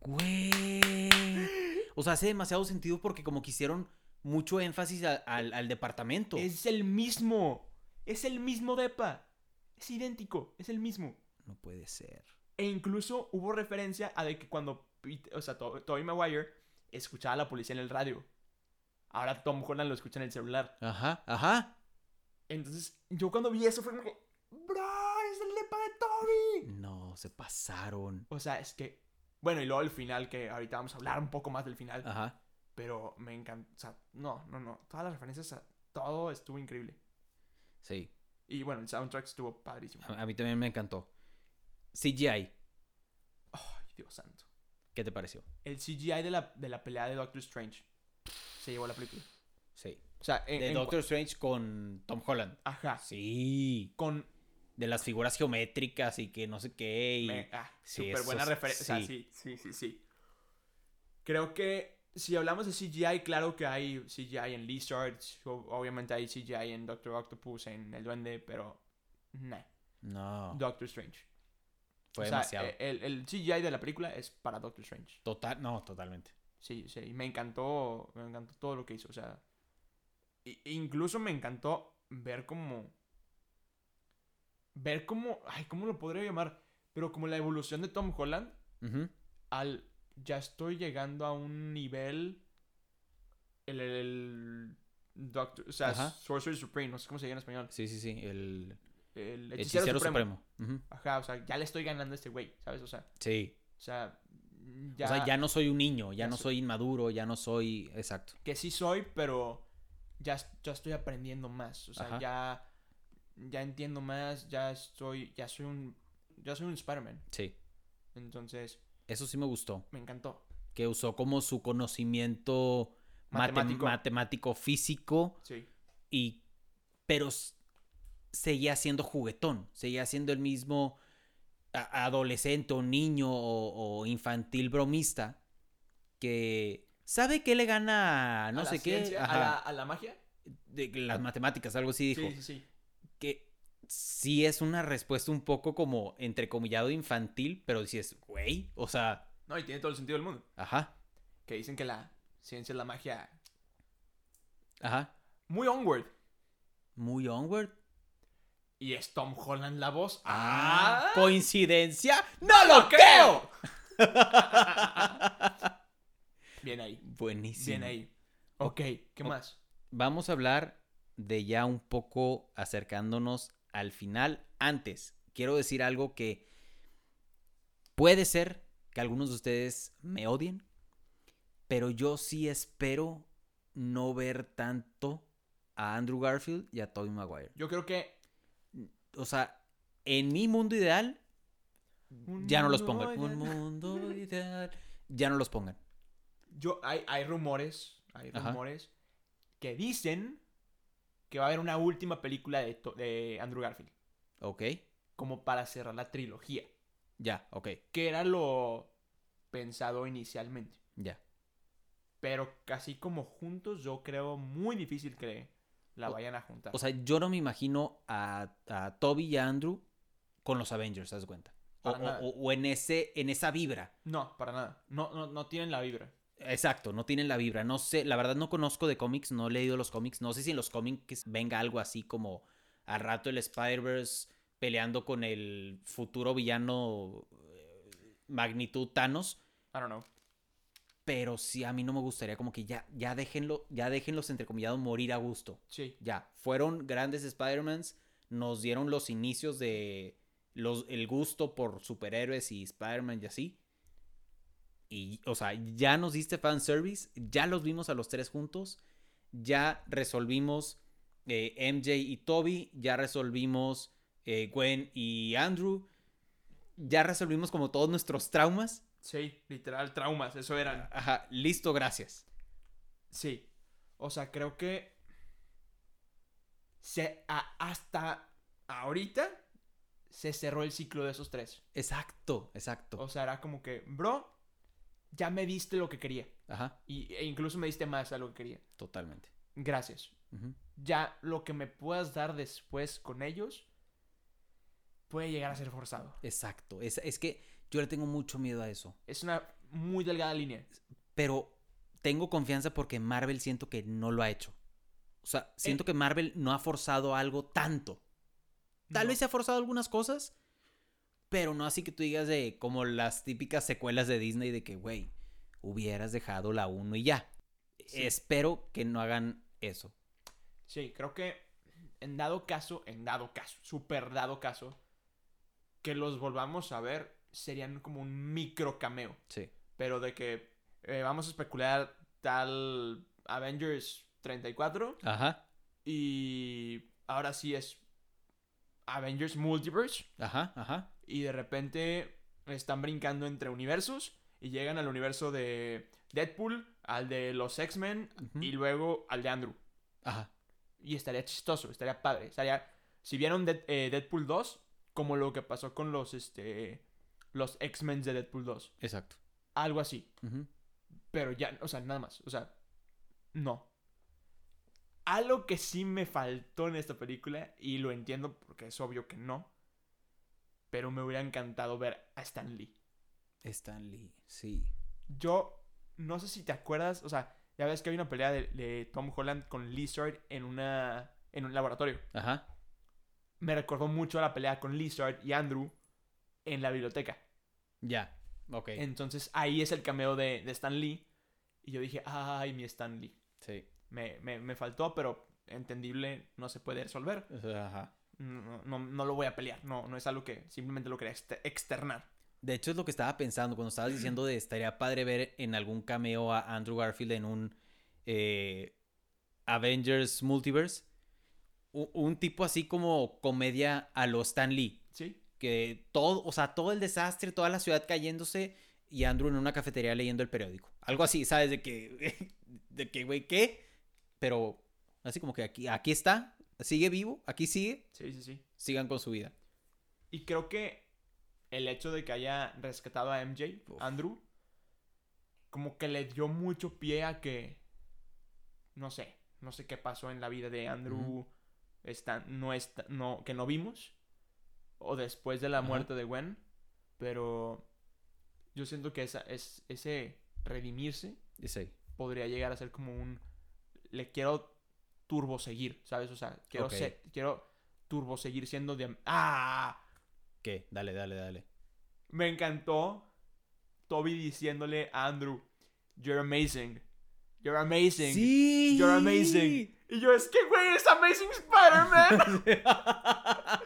Speaker 3: Güey. O sea, hace demasiado sentido porque como que hicieron mucho énfasis a- al, al departamento.
Speaker 1: Es el mismo. Es el mismo depa. Es idéntico. Es el mismo.
Speaker 3: No puede ser.
Speaker 1: E incluso hubo referencia a de que cuando Pete- o sea, To- Tobey Maguire escuchaba a la policía en el radio. Ahora Tom Holland lo escucha en el celular.
Speaker 3: Ajá, ajá.
Speaker 1: Entonces, yo cuando vi eso fue como... que, ¡Bro! ¡Es el depa de Toby!
Speaker 3: No, se pasaron.
Speaker 1: O sea, es que... Bueno, y luego el final, que ahorita vamos a hablar un poco más del final.
Speaker 3: Ajá.
Speaker 1: Pero me encanta... O sea, no, no, no. Todas las referencias a todo estuvo increíble.
Speaker 3: Sí.
Speaker 1: Y bueno, el soundtrack estuvo padrísimo.
Speaker 3: A, a mí también me encantó. CGI,
Speaker 1: Ay, Dios santo.
Speaker 3: ¿qué te pareció?
Speaker 1: El CGI de la, de la pelea de Doctor Strange se llevó la película.
Speaker 3: Sí.
Speaker 1: O sea, en,
Speaker 3: De
Speaker 1: en
Speaker 3: Doctor Strange con Tom Holland.
Speaker 1: cua- Ajá.
Speaker 3: Sí.
Speaker 1: Con.
Speaker 3: De las figuras geométricas y que no sé qué. y-
Speaker 1: me- ah,
Speaker 3: sí,
Speaker 1: súper buena
Speaker 3: eso es-
Speaker 1: referencia. O sea,
Speaker 3: sí.
Speaker 1: sí, sí, sí, sí. Creo que si hablamos de CGI, claro que hay CGI en Lizard. o- Obviamente hay CGI en Doctor Octopus, en El Duende, pero. Nah.
Speaker 3: No.
Speaker 1: Doctor Strange.
Speaker 3: Fue
Speaker 1: o sea,
Speaker 3: demasiado.
Speaker 1: eh, El, el CGI de la película es para Doctor Strange.
Speaker 3: Total, no, totalmente.
Speaker 1: Sí, sí, y me encantó, me encantó todo lo que hizo, o sea, i- incluso me encantó ver como, ver como, ay, ¿cómo lo podría llamar? Pero como la evolución de Tom Holland
Speaker 3: Ujú.
Speaker 1: al, ya estoy llegando a un nivel, el, el, el Doctor, o sea,
Speaker 3: Ajá.
Speaker 1: Sorcerer Supreme, no sé cómo se llama en español,
Speaker 3: Sí, sí, sí. El
Speaker 1: el
Speaker 3: hechicero,
Speaker 1: hechicero, supremo.
Speaker 3: supremo. Ujú.
Speaker 1: Ajá, o sea, ya le estoy ganando a este güey, ¿sabes? O sea,
Speaker 3: Sí.
Speaker 1: o sea,
Speaker 3: O sea, ya no soy un niño, ya, no soy inmaduro, ya no soy. Exacto.
Speaker 1: que sí soy, pero ya, es- ya estoy aprendiendo más. O sea,
Speaker 3: Ajá.
Speaker 1: ya ya entiendo más, ya estoy, ya soy un, ya soy un Spider-Man.
Speaker 3: Sí.
Speaker 1: Entonces,
Speaker 3: Eso sí me gustó.
Speaker 1: me encantó.
Speaker 3: Que usó como su conocimiento matem-
Speaker 1: Matemático.
Speaker 3: matemático físico.
Speaker 1: Sí.
Speaker 3: y pero s- seguía siendo juguetón, seguía siendo el mismo a- adolescente o niño o, o infantil bromista que sabe que le gana a no
Speaker 1: A la
Speaker 3: sé qué,
Speaker 1: ciencia, a
Speaker 3: ajá,
Speaker 1: la, a la magia.
Speaker 3: de que las matemáticas, algo así dijo,
Speaker 1: Sí, sí, sí.
Speaker 3: que sí es una respuesta un poco como entrecomillado infantil, pero dices, güey, o sea,
Speaker 1: No, y tiene todo el sentido del mundo.
Speaker 3: ajá,
Speaker 1: Que dicen que la ciencia es la magia.
Speaker 3: ajá,
Speaker 1: Muy onward.
Speaker 3: muy onward.
Speaker 1: Y es Tom Holland la voz.
Speaker 3: Ah,
Speaker 1: ¡Ah!
Speaker 3: coincidencia, no lo creo.
Speaker 1: Bien ahí.
Speaker 3: Buenísimo.
Speaker 1: Bien ahí. Ok, ¿qué
Speaker 3: O-
Speaker 1: más?
Speaker 3: vamos a hablar de ya un poco acercándonos al final. Antes, quiero decir algo que puede ser que algunos de ustedes me odien, pero yo sí espero no ver tanto a Andrew Garfield y a Tobey Maguire.
Speaker 1: Yo creo que.
Speaker 3: O sea, en mi mundo ideal, ya no los pongan.
Speaker 1: Yo-
Speaker 3: Un mundo ideal. Ya no los pongan.
Speaker 1: Yo, hay, hay rumores. Hay
Speaker 3: Ajá.
Speaker 1: rumores que dicen que va a haber una última película de, To- de Andrew Garfield.
Speaker 3: ¿Ok?
Speaker 1: Como para cerrar la trilogía.
Speaker 3: Ya, ok,
Speaker 1: Que era lo pensado inicialmente.
Speaker 3: ya.
Speaker 1: Pero así como juntos, yo creo muy difícil que la
Speaker 3: O-
Speaker 1: vayan a juntar.
Speaker 3: O sea, yo no me imagino a, a Toby y a Andrew con los Avengers, ¿te das cuenta? O,
Speaker 1: Para
Speaker 3: o-
Speaker 1: nada.
Speaker 3: o- o en, ese, en esa vibra.
Speaker 1: no, para nada. No, no, no tienen la vibra.
Speaker 3: Exacto, no tienen la vibra. No sé, la verdad no conozco de cómics, no he leído los cómics. No sé si en los cómics venga algo así como al rato el Spider-Verse peleando con el futuro villano eh, magnitud Thanos.
Speaker 1: I don't know.
Speaker 3: Pero sí, a mí no me gustaría como que ya, ya déjenlo, ya déjenlos entrecomillado morir a gusto.
Speaker 1: Sí.
Speaker 3: ya, fueron grandes Spider-Mans, nos dieron los inicios de los, el gusto por superhéroes y Spider-Man y así. Y, o sea, ya nos diste fanservice, ya los vimos a los tres juntos, ya resolvimos eh, MJ y Toby, ya resolvimos eh, Gwen y Andrew, ya resolvimos como todos nuestros traumas.
Speaker 1: Sí, literal, traumas, eso eran.
Speaker 3: Ajá, listo, gracias.
Speaker 1: Sí. O sea, creo que. Se, a- hasta ahorita se cerró el ciclo de esos tres.
Speaker 3: Exacto, exacto.
Speaker 1: O sea, era como que, bro, ya me diste lo que quería.
Speaker 3: Ajá,
Speaker 1: Y, e incluso me diste más a lo que quería.
Speaker 3: totalmente.
Speaker 1: Gracias.
Speaker 3: Ujú.
Speaker 1: Ya lo que me puedas dar después con ellos puede llegar a ser forzado.
Speaker 3: Exacto. Es, es que yo le tengo mucho miedo a eso.
Speaker 1: Es una muy delgada línea.
Speaker 3: Pero tengo confianza porque Marvel siento que no lo ha hecho. O sea, siento que Marvel no ha forzado algo tanto. Tal
Speaker 1: No.
Speaker 3: vez se ha forzado algunas cosas, pero no así que tú digas de como las típicas secuelas de Disney de que, güey, hubieras dejado la 1 y ya.
Speaker 1: Sí.
Speaker 3: Espero que no hagan eso.
Speaker 1: Sí, creo que en dado caso, en dado caso, super dado caso, que los volvamos a ver, serían como un micro cameo.
Speaker 3: Sí.
Speaker 1: Pero de que eh, vamos a especular tal Avengers 34
Speaker 3: Ajá,
Speaker 1: y ahora sí es Avengers Multiverse
Speaker 3: ajá, ajá.
Speaker 1: y de repente están brincando entre universos y llegan al universo de Deadpool, al de los X-Men
Speaker 3: Ujú.
Speaker 1: y luego al de Andrew.
Speaker 3: Ajá.
Speaker 1: Y estaría chistoso, estaría padre. Estaría. Si vieron Dead- eh, Deadpool 2, como lo que pasó con los este. Los X-Men de Deadpool 2.
Speaker 3: Exacto.
Speaker 1: Algo así.
Speaker 3: Ujú.
Speaker 1: Pero ya, o sea, nada más. O sea. No. Algo que sí me faltó en esta película, y lo entiendo porque es obvio que no. Pero me hubiera encantado ver a Stan Lee.
Speaker 3: Stan Lee, sí.
Speaker 1: Yo no sé si te acuerdas, o sea, ya ves que hay una pelea de, de Tom Holland con Lizard en una. en un laboratorio.
Speaker 3: Ajá.
Speaker 1: me recordó mucho a la pelea con Lizard y Andrew en la biblioteca.
Speaker 3: Ya. Ok.
Speaker 1: Entonces ahí es el cameo de, de Stan Lee. Y yo dije, ay, mi Stan Lee.
Speaker 3: Sí.
Speaker 1: Me, me- me faltó, pero entendible, no se puede resolver.
Speaker 3: Ajá.
Speaker 1: No, no, no lo voy a pelear, no, no es algo que simplemente lo quería exter- externar.
Speaker 3: De hecho, es lo que estaba pensando cuando estabas diciendo de estaría padre ver en algún cameo a Andrew Garfield en un eh, Avengers Multiverse. U- Un tipo así como comedia a lo Stan Lee.
Speaker 1: Sí.
Speaker 3: Que todo, o sea, todo el desastre, toda la ciudad cayéndose y Andrew en una cafetería leyendo el periódico. Algo así, ¿sabes? De que, de que, güey, ¿qué? Pero así como que aquí, aquí está, sigue vivo, aquí sigue,
Speaker 1: Sí, sí, sí.
Speaker 3: sigan con su vida.
Speaker 1: Y creo que el hecho de que haya rescatado a MJ,
Speaker 3: Uf.
Speaker 1: Andrew, como que le dio mucho pie a que. No sé. No sé qué pasó en la vida de Andrew. está, no está, no, que no vimos. O después de la
Speaker 3: Ajá.
Speaker 1: muerte de Gwen. Pero. Yo siento que esa, es, ese redimirse
Speaker 3: Dice,
Speaker 1: podría llegar a ser como un. Le quiero turbo seguir, ¿sabes? O sea, quiero,
Speaker 3: Ok.
Speaker 1: se- quiero turbo seguir siendo de. ¡Ah!
Speaker 3: ¿qué? Dale, dale, dale.
Speaker 1: Me encantó Toby diciéndole a Andrew, You're amazing. You're amazing.
Speaker 3: Sí.
Speaker 1: You're amazing. Y yo, es que, güey, es Amazing Spider-Man.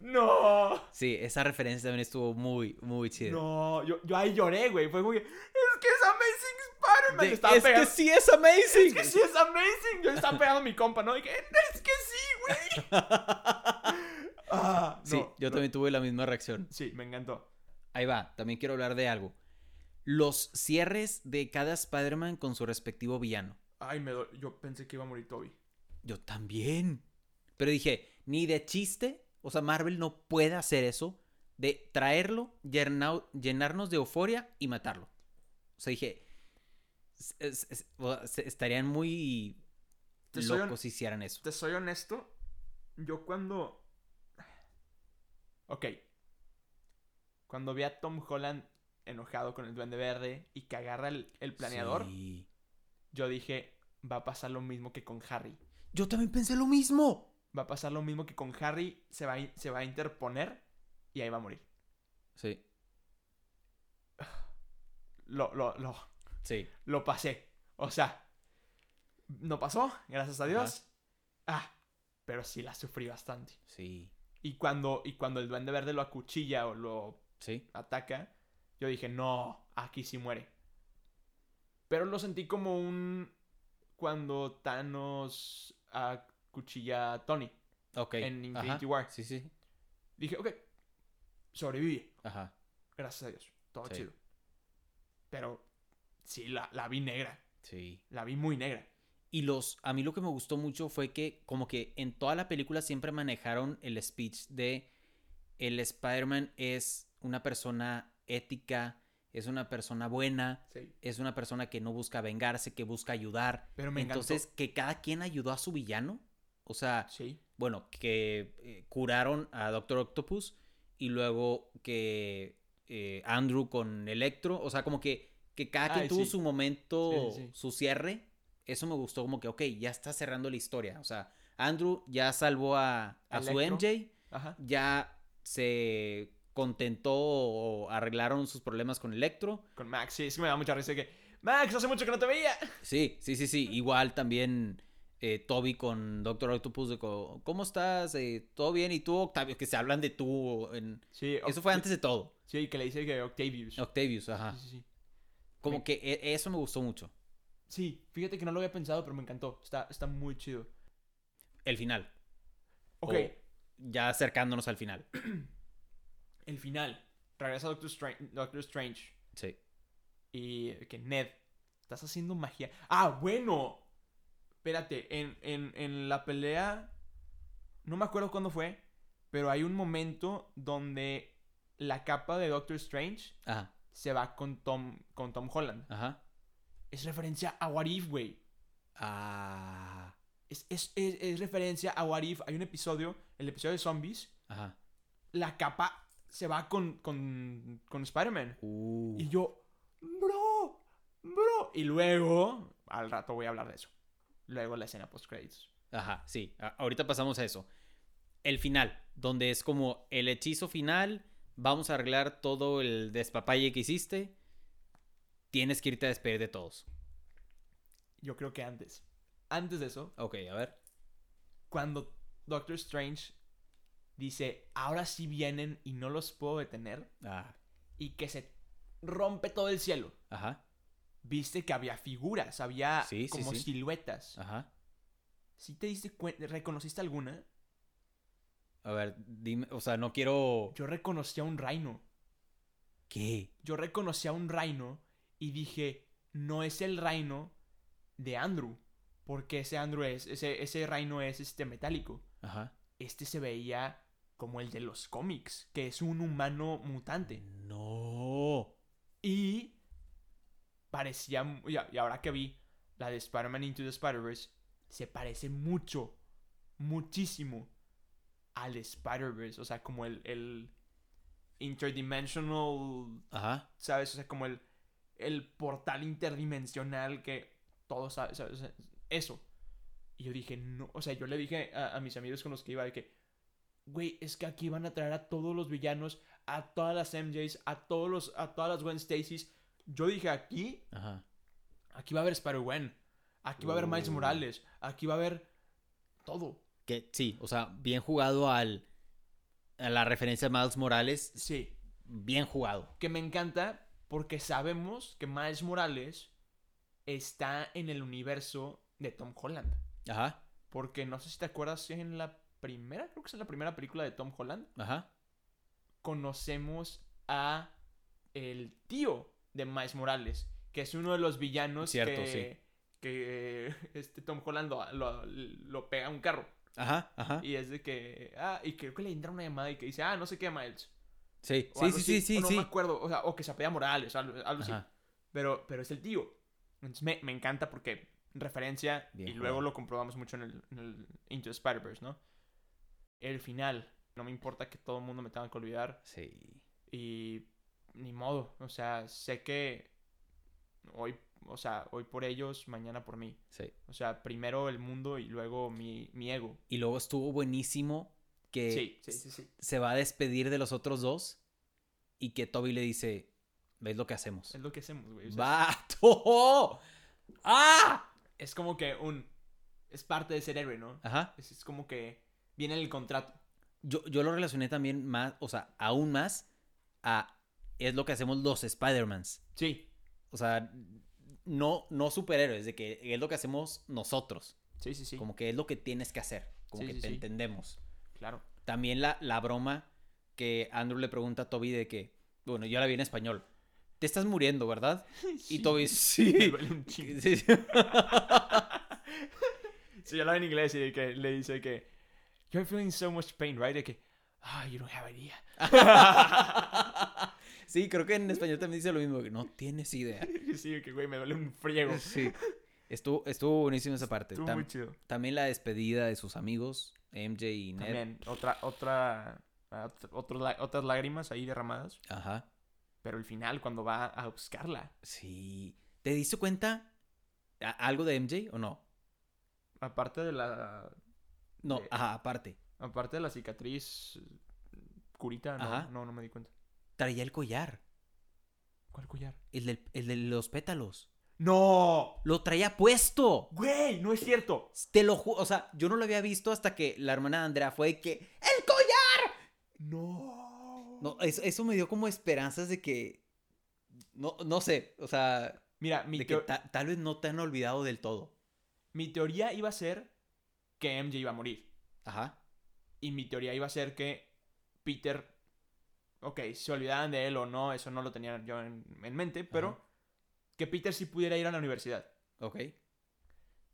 Speaker 1: no.
Speaker 3: Sí, esa referencia también estuvo muy, muy chida.
Speaker 1: No, yo, yo ahí lloré, güey. Fue como que, es que es Amazing Spider-Man. Le
Speaker 3: De- es
Speaker 1: estaba
Speaker 3: que
Speaker 1: pegando-
Speaker 3: sí es amazing.
Speaker 1: Es que sí es amazing. Yo le estaba pegando a mi compa, ¿no? Y que, es que sí, güey. Ah,
Speaker 3: Sí,
Speaker 1: no,
Speaker 3: yo
Speaker 1: no.
Speaker 3: también tuve la misma reacción.
Speaker 1: Sí, me encantó.
Speaker 3: Ahí va, también quiero hablar de algo. Los cierres de cada Spider-Man con su respectivo villano.
Speaker 1: Ay, me dolió. Yo pensé que iba a morir Toby.
Speaker 3: Yo también. Pero dije, ni de chiste, o sea, Marvel no puede hacer eso de traerlo, llenau- llenarnos de euforia y matarlo. O sea, dije, es- es- es- o sea, estarían muy
Speaker 1: Te soy hon-
Speaker 3: locos si hicieran eso.
Speaker 1: te soy honesto, yo cuando... Ok. Cuando vi a Tom Holland enojado con el Duende Verde y que agarra el, el planeador,
Speaker 3: Sí.
Speaker 1: yo dije, va a pasar lo mismo que con Harry.
Speaker 3: Yo también pensé lo mismo.
Speaker 1: Va a pasar lo mismo que con Harry, se va a, in- se va a interponer y ahí va a morir.
Speaker 3: Sí,
Speaker 1: Lo, lo, lo,
Speaker 3: sí.
Speaker 1: lo pasé. O sea, no pasó, gracias a
Speaker 3: Ajá.
Speaker 1: Dios. Ah, pero sí la sufrí bastante.
Speaker 3: Sí,
Speaker 1: Y cuando, y cuando el Duende Verde lo acuchilla o lo
Speaker 3: sí.
Speaker 1: ataca, yo dije, no, aquí sí muere. Pero lo sentí como un... cuando Thanos acuchilla a Tony.
Speaker 3: Ok.
Speaker 1: En Infinity
Speaker 3: Ajá.
Speaker 1: War.
Speaker 3: Sí, sí.
Speaker 1: Dije, ok, sobrevive,
Speaker 3: Ajá.
Speaker 1: gracias a Dios, todo
Speaker 3: Sí.
Speaker 1: chido. Pero sí, la, la vi negra,
Speaker 3: Sí.
Speaker 1: la vi muy negra.
Speaker 3: Y los, a mí lo que me gustó mucho fue que como que en toda la película siempre manejaron el speech de el Spider-Man es una persona ética, es una persona buena,
Speaker 1: Sí.
Speaker 3: es una persona que no busca vengarse, que busca ayudar.
Speaker 1: Pero me encantó.
Speaker 3: Entonces, que cada quien ayudó a su villano. O sea,
Speaker 1: Sí,
Speaker 3: bueno, que eh, curaron a Doctor Octopus y luego que eh, Andrew con Electro, o sea, como que, que cada quien
Speaker 1: Ay,
Speaker 3: tuvo
Speaker 1: sí.
Speaker 3: su momento,
Speaker 1: Sí, sí, sí.
Speaker 3: su cierre, eso me gustó como que, ok, ya está cerrando la historia, o sea, Andrew ya salvó a, a su
Speaker 1: Electro.
Speaker 3: MJ,
Speaker 1: ajá.
Speaker 3: ya se contentó o arreglaron sus problemas con Electro.
Speaker 1: Con Max, sí, es que me da mucha risa que... Max, hace mucho que no te veía.
Speaker 3: Sí, sí, sí, sí, igual también... eh, Toby con Doctor Octopus, de co- ¿cómo estás? Eh, ¿Todo bien? ¿Y tú, Octavio? Que se hablan de tú en,
Speaker 1: Sí,
Speaker 3: Eso
Speaker 1: Oct-
Speaker 3: fue antes de todo.
Speaker 1: Sí, que le dice que Octavius.
Speaker 3: Octavius, ajá.
Speaker 1: Sí, sí, sí.
Speaker 3: Como que e- eso me gustó mucho.
Speaker 1: Sí, fíjate que no lo había pensado, pero me encantó. Está, está muy chido.
Speaker 3: El final.
Speaker 1: Ok,
Speaker 3: O ya acercándonos al final.
Speaker 1: el final. Regresa Doctor Strange, Doctor Strange
Speaker 3: Sí.
Speaker 1: y que Ned, estás haciendo magia. Ah, bueno. Espérate, en, en, en la pelea, no me acuerdo cuándo fue, pero hay un momento donde la capa de Doctor Strange
Speaker 3: Ajá,
Speaker 1: se va con Tom, con Tom Holland.
Speaker 3: ajá.
Speaker 1: Es referencia a What If, güey.
Speaker 3: Ah,
Speaker 1: Es, es, es, es referencia a What If. Hay un episodio, el episodio de zombies,
Speaker 3: ajá.
Speaker 1: la capa se va con, con, con Spider-Man.
Speaker 3: Uh,
Speaker 1: Y yo, bro, bro. Y luego, al rato voy a hablar de eso. Luego la escena post-credits.
Speaker 3: Ajá, sí. A- ahorita pasamos a eso. El final, donde es como el hechizo final. Vamos a arreglar todo el despapalle que hiciste. Tienes que irte a despedir de todos.
Speaker 1: Yo creo que antes. Antes de eso,
Speaker 3: Ok, a ver.
Speaker 1: cuando Doctor Strange dice, ahora sí vienen y no los puedo detener.
Speaker 3: Ah,
Speaker 1: y que se rompe todo el cielo.
Speaker 3: Ajá,
Speaker 1: Viste que había figuras, había
Speaker 3: Sí, sí,
Speaker 1: como
Speaker 3: sí. Ah.
Speaker 1: siluetas.
Speaker 3: ajá.
Speaker 1: ¿Sí te diste cuenta? ¿Reconociste alguna?
Speaker 3: A ver, dime, o sea, no quiero...
Speaker 1: Yo reconocí a un reino.
Speaker 3: ¿Qué?
Speaker 1: Yo reconocí a un reino y dije, no es el reino de Andrew. Porque ese Andrew es, ese, ese reino es este metálico.
Speaker 3: Ajá.
Speaker 1: Este se veía como el de los cómics, que es un humano mutante.
Speaker 3: No.
Speaker 1: Y parecía. mu- Y y ahora que vi la de Spider-Man Into the Spider-Verse, se parece mucho, muchísimo al Spider-Verse. O sea, como el, el interdimensional.
Speaker 3: Ajá.
Speaker 1: ¿Sabes? O sea, como el, el portal interdimensional que todos saben. ¿sabes? O sea, eso. Y yo dije, no. O sea, yo le dije a, a mis amigos con los que iba de que. Güey, es que aquí van a traer a todos los villanos, a todas las MJs, a todos los, a todas las Gwen Stacy's. Yo dije, aquí,
Speaker 3: Ajá.
Speaker 1: aquí va a haber Spider-Gwen, aquí va a haber Miles
Speaker 3: Uh.
Speaker 1: Morales, aquí va a haber todo.
Speaker 3: Que sí, o sea, bien jugado al... A la referencia a Miles Morales,
Speaker 1: Sí.
Speaker 3: bien jugado.
Speaker 1: que me encanta porque sabemos que Miles Morales está en el universo de Tom Holland.
Speaker 3: Ajá,
Speaker 1: Porque no sé si te acuerdas en la primera, creo que es en la primera película de Tom Holland,
Speaker 3: ajá.
Speaker 1: conocemos a el tío de Miles Morales, que es uno de los villanos
Speaker 3: Cierto,
Speaker 1: que,
Speaker 3: sí.
Speaker 1: que este Tom Holland lo, lo- lo pega a un carro.
Speaker 3: Ajá, ajá.
Speaker 1: Y es de que, ah, y creo que le entra una llamada y que dice, ah, no sé qué, Miles.
Speaker 3: Sí,
Speaker 1: O
Speaker 3: sí,
Speaker 1: algo
Speaker 3: sí, sí,
Speaker 1: así,
Speaker 3: sí,
Speaker 1: o No
Speaker 3: sí.
Speaker 1: me acuerdo, o sea, o que se apellida Morales, algo, algo así.
Speaker 3: Ajá.
Speaker 1: Pero, pero es el tío. Entonces me, me encanta porque referencia
Speaker 3: Bien
Speaker 1: y luego
Speaker 3: jugado.
Speaker 1: lo comprobamos mucho en el, en el Into the Spider-Verse, ¿no? El final. No me importa que todo el mundo me tenga que olvidar
Speaker 3: Sí.
Speaker 1: y ni modo. O sea, sé que hoy, o sea, hoy por ellos, mañana por mí.
Speaker 3: Sí.
Speaker 1: O sea, primero el mundo y luego mi, mi ego.
Speaker 3: Y luego estuvo buenísimo que
Speaker 1: sí, sí, sí, sí.
Speaker 3: se va a despedir de los otros dos y que Toby le dice, ¿ves lo que hacemos?
Speaker 1: Es lo que hacemos, güey. o sea,
Speaker 3: ¡Vato! ¡Ah!
Speaker 1: es como que un... Es parte de ser héroe, ¿no?
Speaker 3: Ajá.
Speaker 1: Es, es como que viene en el contrato.
Speaker 3: Yo, yo lo relacioné también más, o sea, aún más a es lo que hacemos los Spider-Mans.
Speaker 1: Sí,
Speaker 3: O sea, no, no superhéroes, de que es lo que hacemos nosotros.
Speaker 1: sí, sí, sí.
Speaker 3: Como que es lo que tienes que hacer. Como
Speaker 1: Sí,
Speaker 3: que
Speaker 1: sí,
Speaker 3: te
Speaker 1: sí.
Speaker 3: entendemos.
Speaker 1: Claro.
Speaker 3: También la, la broma que Andrew le pregunta a Toby de que, bueno, yo la vi en español. Te estás muriendo, ¿verdad? Y Toby,
Speaker 1: Me
Speaker 3: sí.
Speaker 1: duele un chingo.
Speaker 3: Sí, sí.
Speaker 1: Sí, yo lo en inglés y que le dice que You're feeling so much pain, right? De que Ah, you don't have idea.
Speaker 3: Sí, creo que en español también dice lo mismo, que no tienes idea.
Speaker 1: Sí, que güey, me duele un friego.
Speaker 3: Sí. Estuvo, estuvo buenísimo esa parte.
Speaker 1: Estuvo
Speaker 3: Tam-
Speaker 1: muy chido.
Speaker 3: También la despedida de sus amigos, MJ y Ned.
Speaker 1: También otra otra ah, ot- otro lá- otras lágrimas ahí derramadas,
Speaker 3: Ajá.
Speaker 1: pero el final cuando va a buscarla
Speaker 3: Sí. ¿Te diste cuenta a- algo de MJ o no?
Speaker 1: aparte de la
Speaker 3: No,
Speaker 1: Eh,
Speaker 3: ajá, aparte.
Speaker 1: aparte de la cicatriz eh, curita, no
Speaker 3: Ajá.
Speaker 1: no no me di cuenta.
Speaker 3: Traía el collar,
Speaker 1: ¿Cuál collar?
Speaker 3: el, del- el de los pétalos.
Speaker 1: No,
Speaker 3: Lo traía puesto.
Speaker 1: güey, no es cierto.
Speaker 3: Te lo juro, o sea, yo no lo había visto hasta que la hermana de Andrea fue de que ¡El collar!
Speaker 1: No.
Speaker 3: No, eso, eso me dio como esperanzas de que. No, no sé, o sea,
Speaker 1: Mira, mi
Speaker 3: de que
Speaker 1: teo-
Speaker 3: ta- tal vez no te han olvidado del todo.
Speaker 1: mi teoría iba a ser que MJ iba a morir.
Speaker 3: Ajá.
Speaker 1: Y mi teoría iba a ser que Peter, ok, se olvidaban de él o no, eso no lo tenía yo en, en mente, pero
Speaker 3: Ajá.
Speaker 1: que Peter sí pudiera ir a la universidad.
Speaker 3: Ok.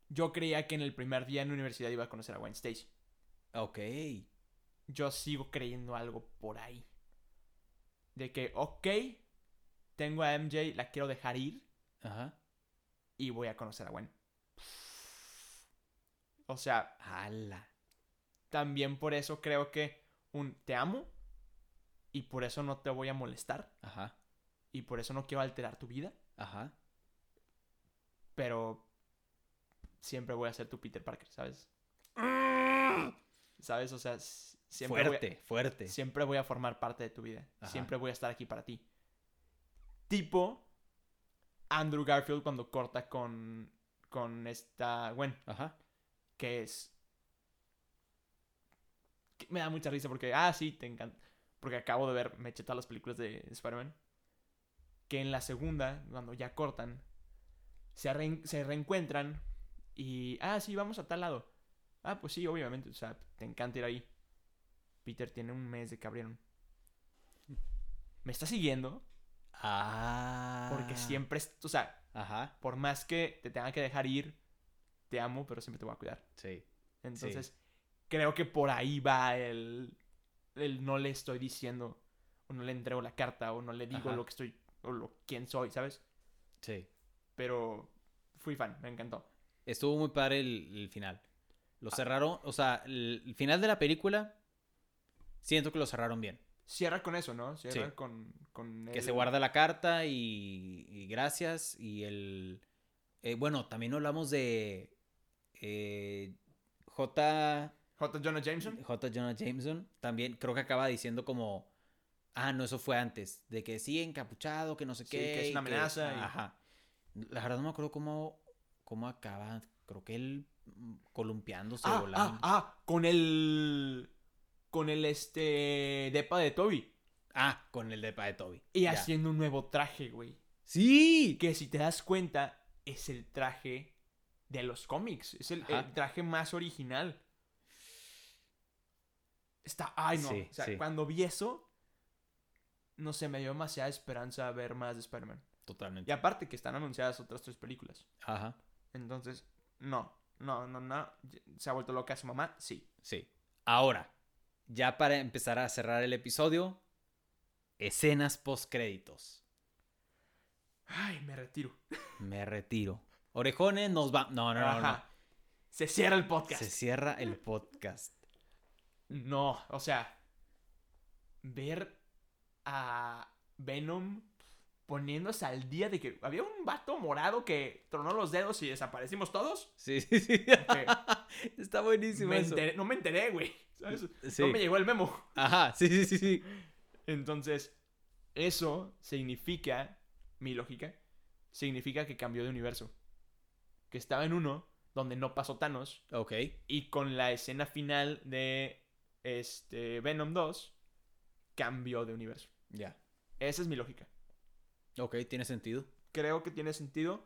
Speaker 1: Yo creía que en el primer día en la universidad iba a conocer a Gwen Stacy.
Speaker 3: Ok.
Speaker 1: Yo sigo creyendo algo por ahí. De que, ok, tengo a MJ, la quiero dejar ir
Speaker 3: Ajá.
Speaker 1: y voy a conocer a Gwen. O sea,
Speaker 3: Ala.
Speaker 1: también por eso creo que un te amo y por eso no te voy a molestar
Speaker 3: Ajá.
Speaker 1: y por eso no quiero alterar tu vida,
Speaker 3: Ajá.
Speaker 1: pero siempre voy a ser tu Peter Parker, ¿sabes? ¿Sabes? O sea, s- siempre
Speaker 3: fuerte,
Speaker 1: voy
Speaker 3: fuerte.
Speaker 1: a, siempre voy a formar parte de tu vida,
Speaker 3: Ajá.
Speaker 1: siempre voy a estar aquí para ti. Tipo Andrew Garfield cuando corta con con esta Gwen,
Speaker 3: Ajá.
Speaker 1: que es que me da mucha risa porque ah, sí, te encanta porque acabo de ver, me eché todas las películas de Spider-Man. que en la segunda, cuando ya cortan, se, reen- se reencuentran y, ah, sí, vamos a tal lado. Ah, pues sí, obviamente, o sea, te encanta ir ahí. Peter tiene un mes de que abrieron. Me está siguiendo
Speaker 3: Ah.
Speaker 1: porque siempre, es- o sea,
Speaker 3: Ajá,
Speaker 1: por más que te tenga que dejar ir, te amo, pero siempre te voy a cuidar.
Speaker 3: sí.
Speaker 1: Entonces, creo que por ahí va el, el no le estoy diciendo, o no le entrego la carta, o no le digo
Speaker 3: Ajá.
Speaker 1: lo que estoy, o lo quién soy, ¿sabes?
Speaker 3: Sí.
Speaker 1: Pero fui fan, me encantó.
Speaker 3: Estuvo muy padre el, el final. Lo cerraron, o sea, el, el final de la película, siento que lo cerraron bien.
Speaker 1: Cierra con eso, ¿no? Cierra
Speaker 3: Sí.
Speaker 1: con, con
Speaker 3: Que
Speaker 1: el-
Speaker 3: se guarda la carta y, y gracias. Y el. eh, bueno, también hablamos de. eh, J.
Speaker 1: J. Jonah Jameson.
Speaker 3: J. Jonah Jameson. También creo que acaba diciendo como. Ah, no, eso fue antes. De que sí, encapuchado, que no sé
Speaker 1: Sí,
Speaker 3: qué.
Speaker 1: que es
Speaker 3: y
Speaker 1: una amenaza y-
Speaker 3: Ajá. La verdad no me acuerdo cómo, cómo acaba. Creo que él mm, columpiándose
Speaker 1: Ah,
Speaker 3: volando.
Speaker 1: ah, ah, con el. Con el este. Depa de Toby.
Speaker 3: Ah, con el depa de Toby.
Speaker 1: Y
Speaker 3: Ya.
Speaker 1: haciendo un nuevo traje, güey.
Speaker 3: ¡Sí!
Speaker 1: Que si te das cuenta, es el traje de los cómics. Es el,
Speaker 3: Ajá.
Speaker 1: el traje más original. Está. Ay, no.
Speaker 3: Sí,
Speaker 1: o sea,
Speaker 3: sí.
Speaker 1: cuando vi eso. No sé, me dio demasiada esperanza ver más de Spider-Man. Y
Speaker 3: Totalmente.
Speaker 1: aparte que están anunciadas otras tres películas.
Speaker 3: Ajá.
Speaker 1: Entonces, no, no, no, no. ¿Se ha vuelto loca su mamá? Sí.
Speaker 3: Sí. Ahora, ya para empezar a cerrar el episodio, escenas post créditos.
Speaker 1: Ay, me retiro.
Speaker 3: Me retiro. Orejones, nos va. No, no, no, no.
Speaker 1: Ajá. Se cierra el podcast.
Speaker 3: Se cierra el podcast.
Speaker 1: No, o sea, ver a Venom poniéndose al día de que había un vato morado que tronó los dedos y desaparecimos todos.
Speaker 3: Sí, sí, sí.
Speaker 1: que
Speaker 3: Está buenísimo
Speaker 1: me
Speaker 3: eso.
Speaker 1: enteré- no me enteré, güey. ¿sabes?
Speaker 3: Sí.
Speaker 1: No me llegó el memo.
Speaker 3: Ajá, sí, sí, sí, sí.
Speaker 1: Entonces, eso significa, mi lógica, significa que cambió de universo. Que estaba en uno donde no pasó Thanos
Speaker 3: Ok.
Speaker 1: y con la escena final de este Venom 2 cambió de universo.
Speaker 3: Ya.
Speaker 1: Esa es mi lógica.
Speaker 3: Ok, tiene sentido.
Speaker 1: Creo que tiene sentido.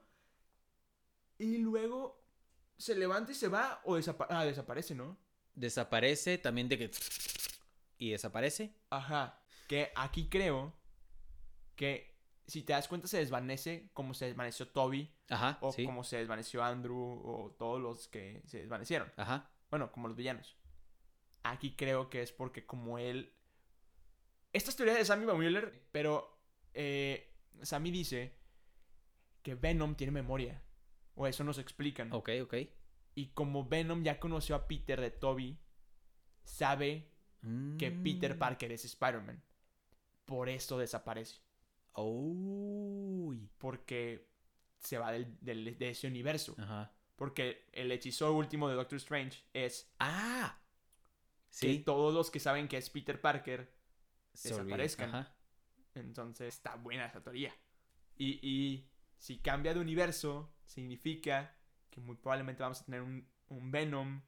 Speaker 1: Y luego se levanta y se va o desapa- ah, desaparece, ¿no?
Speaker 3: Desaparece también de que. Y desaparece.
Speaker 1: Ajá. Que aquí creo que si te das cuenta se desvanece como se desvaneció Toby
Speaker 3: Ajá.
Speaker 1: o
Speaker 3: sí.
Speaker 1: como se desvaneció Andrew o todos los que se desvanecieron.
Speaker 3: Ajá.
Speaker 1: Bueno, como los villanos. Aquí creo que es porque como él... Esta es teoría de Sammy Mueller, pero eh, Sammy dice que Venom tiene memoria. O eso nos explican.
Speaker 3: Ok, ok.
Speaker 1: Y como Venom ya conoció a Peter de Toby, sabe que Peter
Speaker 3: Mm.
Speaker 1: Parker es Spider-Man. Por eso desaparece.
Speaker 3: Uy.
Speaker 1: Porque se va del- del- de ese universo.
Speaker 3: Ajá.
Speaker 1: Porque el hechizo último de Doctor Strange es
Speaker 3: Ah.
Speaker 1: que todos los que saben que es Peter Parker.
Speaker 3: se olvida.
Speaker 1: desaparezcan.
Speaker 3: Ajá.
Speaker 1: Entonces está buena esa teoría. Y, y si cambia de universo, significa que muy probablemente vamos a tener un, un Venom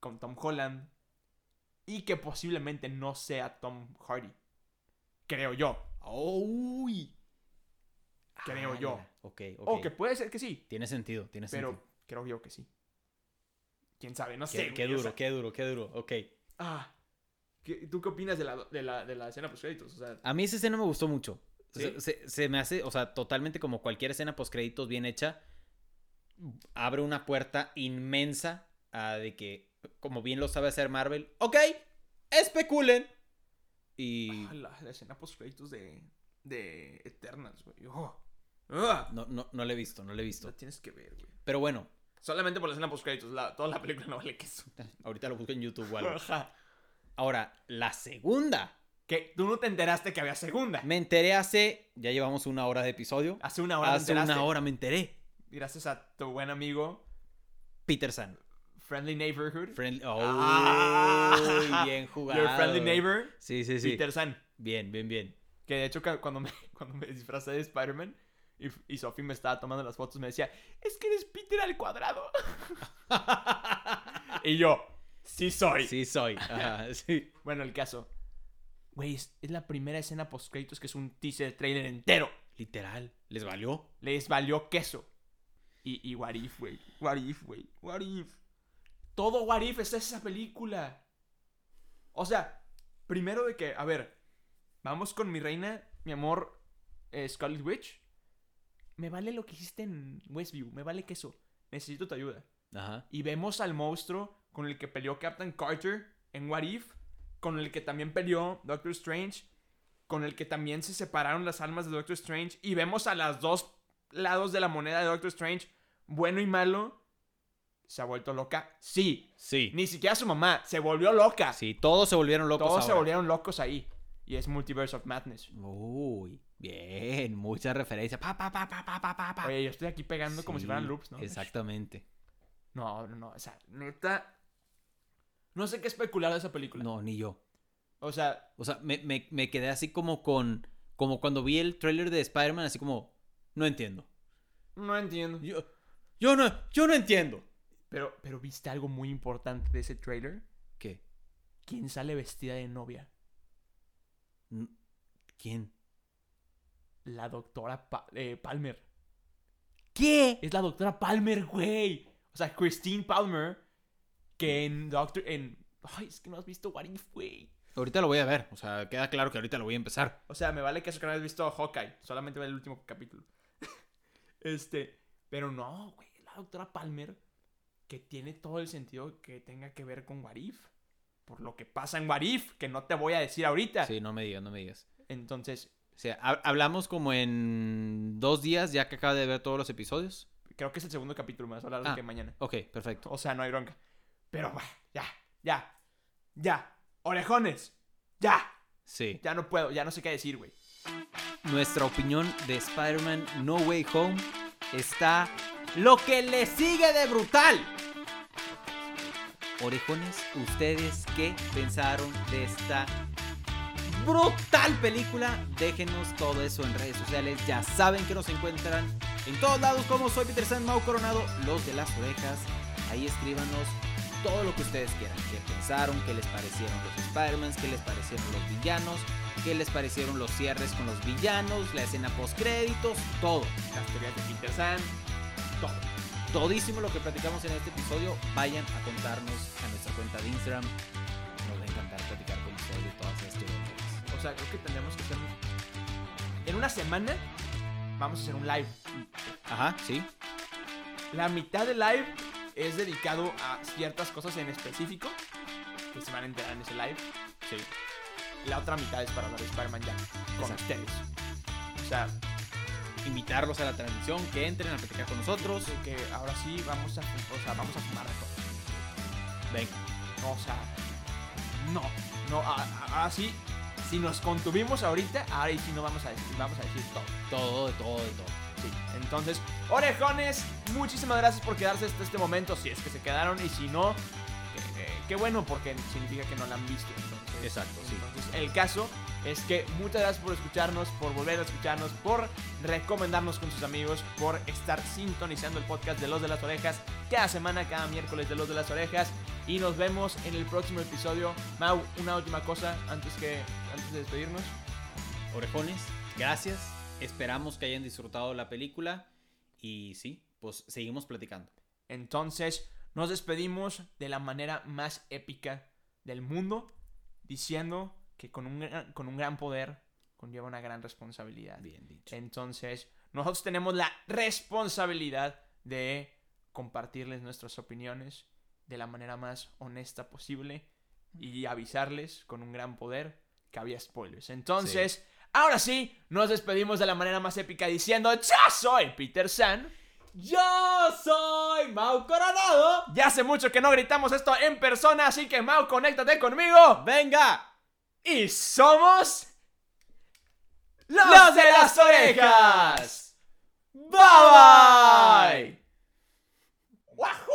Speaker 1: con Tom Holland. Y que posiblemente no sea Tom Hardy. Creo yo.
Speaker 3: Uy.
Speaker 1: Creo yo.
Speaker 3: Ala. Ok, ok.
Speaker 1: O que puede ser que sí,
Speaker 3: Tiene sentido, tiene
Speaker 1: pero
Speaker 3: sentido.
Speaker 1: creo yo que sí. Quién sabe, no
Speaker 3: Qué,
Speaker 1: sé.
Speaker 3: qué
Speaker 1: güey, o
Speaker 3: duro,
Speaker 1: sea,
Speaker 3: qué duro, qué duro. Ok.
Speaker 1: ah, ¿qué- ¿Tú qué opinas de la, de la, de la escena post créditos? O sea,
Speaker 3: A mí esa escena me gustó mucho.
Speaker 1: ¿Sí?
Speaker 3: Se, se- se me hace, o sea, totalmente como cualquier escena post créditos bien hecha. Abre una puerta inmensa a de que, como bien lo sabe hacer Marvel, ok, especulen. Y
Speaker 1: ah, la, la escena post créditos de, de Eternals, güey. Oh. Ah,
Speaker 3: no, no, no le he visto, no le he
Speaker 1: la
Speaker 3: visto.
Speaker 1: tienes que ver, güey.
Speaker 3: Pero bueno,
Speaker 1: Solamente por la escena post créditos, la, toda la película no vale queso.
Speaker 3: ahorita lo busco en YouTube o algo.
Speaker 1: Ajá.
Speaker 3: Ahora, la segunda.
Speaker 1: Que tú no te enteraste que había segunda.
Speaker 3: Me enteré hace, ya llevamos una hora de episodio.
Speaker 1: Hace Ah, una hora te
Speaker 3: hace
Speaker 1: enteraste.
Speaker 3: una hora me enteré.
Speaker 1: Gracias a tu buen amigo,
Speaker 3: Peter San.
Speaker 1: Friendly Neighborhood.
Speaker 3: Friendly. Oh,
Speaker 1: Ah.
Speaker 3: bien jugado.
Speaker 1: Your Friendly Neighbor,
Speaker 3: Sí, sí, sí.
Speaker 1: Peter San.
Speaker 3: Bien, bien, bien.
Speaker 1: Que de hecho, ca- cuando me, cuando me disfrazé de Spider-Man y, y Sophie me estaba tomando las fotos, me decía: Es que eres Peter al cuadrado. y yo, sí soy.
Speaker 3: Sí, soy. Ajá, sí.
Speaker 1: Bueno, el caso. Güey, es, es la primera escena post-créditos que es un teaser trailer entero.
Speaker 3: Literal. ¿Les valió?
Speaker 1: Les valió queso. Y, y What If, güey. What If, güey. What If. Todo What If es esa película. O sea, primero de que, a ver, vamos con mi reina, mi amor, eh, Scarlet Witch. Me vale lo que hiciste en Westview, me vale queso. Necesito tu ayuda.
Speaker 3: Ajá.
Speaker 1: Y vemos al monstruo con el que peleó Captain Carter en What If, con el que también peleó Doctor Strange, con el que también se separaron las almas de Doctor Strange. Y vemos a los dos lados de la moneda de Doctor Strange, bueno y malo. ¿Se ha vuelto loca? Sí.
Speaker 3: Sí.
Speaker 1: Ni siquiera su mamá se volvió loca.
Speaker 3: Sí, todos se volvieron locos.
Speaker 1: Todos se
Speaker 3: ahora.
Speaker 1: volvieron locos ahí. Y es Multiverse of Madness.
Speaker 3: Uy, bien, mucha referencia. Pa, pa, pa, pa, pa, pa, pa, pa.
Speaker 1: Oye, yo estoy aquí pegando como si
Speaker 3: Ah. Sí,
Speaker 1: fueran loops, ¿no?
Speaker 3: Exactamente.
Speaker 1: No, no, no. O sea, neta. No sé qué especular de esa película.
Speaker 3: No, ni yo.
Speaker 1: O sea,
Speaker 3: O sea, me, me- me quedé así como con. Como cuando vi el tráiler de Spider-Man, así como. No entiendo.
Speaker 1: no entiendo.
Speaker 3: Yo, yo no, yo no entiendo.
Speaker 1: Pero, pero viste algo muy importante de ese trailer.
Speaker 3: ¿Qué?
Speaker 1: ¿Quién sale vestida de novia?
Speaker 3: N- ¿Quién?
Speaker 1: La doctora Pa- eh, Palmer.
Speaker 3: ¿Qué?
Speaker 1: Es la doctora Palmer, güey. O sea, Christine Palmer. Que en Doctor. En... Ay, es que no has visto What If, güey.
Speaker 3: Ahorita lo voy a ver. O sea, queda claro que ahorita lo voy a empezar.
Speaker 1: O sea, me vale que eso que no has visto Hawkeye. Solamente ve el último capítulo. este. Pero no, güey. La doctora Palmer. Que tiene todo el sentido que tenga que ver con What If. Por lo que pasa en What If. Que no te voy a decir ahorita.
Speaker 3: Sí, no me digas, no me digas.
Speaker 1: Entonces,
Speaker 3: O sea, ha- hablamos como en dos días, ya que acaba de ver todos los episodios.
Speaker 1: creo que es el segundo capítulo, me vas a hablar de
Speaker 3: Ah.
Speaker 1: que mañana.
Speaker 3: Ok, perfecto.
Speaker 1: O sea, no hay bronca. Pero bah, ya, ya, ya. Orejones, ya.
Speaker 3: Sí.
Speaker 1: Ya no puedo, ya no sé qué decir, güey.
Speaker 3: Nuestra opinión de Spider-Man No Way Home está lo que le sigue de brutal. Orejones, ¿ustedes qué pensaron de esta brutal película? Déjenos todo eso en redes sociales. Ya saben que nos encuentran en todos lados como soy Peter San Mau Coronado, los de las orejas. Ahí escríbanos todo lo que ustedes quieran. ¿Qué pensaron? ¿Qué les parecieron los Spider-Mans? ¿Qué les parecieron los villanos? ¿Qué les parecieron los cierres con los villanos? La escena post-créditos, todo.
Speaker 1: Las teorías de Peter San, todo.
Speaker 3: Todísimo lo que platicamos en este episodio, vayan a contarnos a nuestra cuenta de Instagram. Nos va a encantar platicar con ustedes de todas estas teorías.
Speaker 1: O sea, creo que tendríamos que hacer. un- En una semana vamos a hacer un live.
Speaker 3: Ajá, sí.
Speaker 1: La mitad del live es dedicado a ciertas cosas en específico que se van a enterar en ese live.
Speaker 3: Sí.
Speaker 1: La otra mitad es para hablar de Spider-Man ya con
Speaker 3: Exacto.
Speaker 1: ustedes. O sea,
Speaker 3: Invitarlos a la transmisión, que entren a platicar con nosotros.
Speaker 1: de que ahora sí vamos a, fu- o sea, vamos a fumar de todo.
Speaker 3: Venga.
Speaker 1: No, o sea, no, no, a- a- ahora sí, si nos contuvimos ahorita, ahora sí no vamos a decir, vamos a decir todo.
Speaker 3: Todo, de todo, de todo.
Speaker 1: Sí, entonces, orejones, muchísimas gracias por quedarse hasta este momento, si es que se quedaron y si no, que- que- qué bueno porque significa que no la han visto. entonces-
Speaker 3: Exacto, sí.
Speaker 1: Entonces, el caso es que muchas gracias por escucharnos, por volver a escucharnos, por recomendarnos con sus amigos, por estar sintonizando el podcast de Los de las Orejas cada semana, cada miércoles de Los de las Orejas. Y nos vemos en el próximo episodio. Mau, una última cosa antes, que, antes de despedirnos.
Speaker 3: Orejones, gracias. Esperamos que hayan disfrutado la película. Y sí, pues seguimos platicando.
Speaker 1: Entonces, nos despedimos de la manera más épica del mundo, diciendo que con un gran, con un gran poder conlleva una gran responsabilidad.
Speaker 3: Bien dicho.
Speaker 1: Entonces, nosotros tenemos la responsabilidad de compartirles nuestras opiniones de la manera más honesta posible y avisarles con un gran poder que había spoilers. Entonces, ahora sí, nos despedimos de la manera más épica diciendo, ya soy Peter San.
Speaker 3: Yo soy Mau Coronado.
Speaker 1: Ya hace mucho que no gritamos esto en persona, así que Mau, conéctate conmigo.
Speaker 3: Venga.
Speaker 1: Y somos... Los,
Speaker 3: Los
Speaker 1: de las orejas. Bye bye! Wahoo!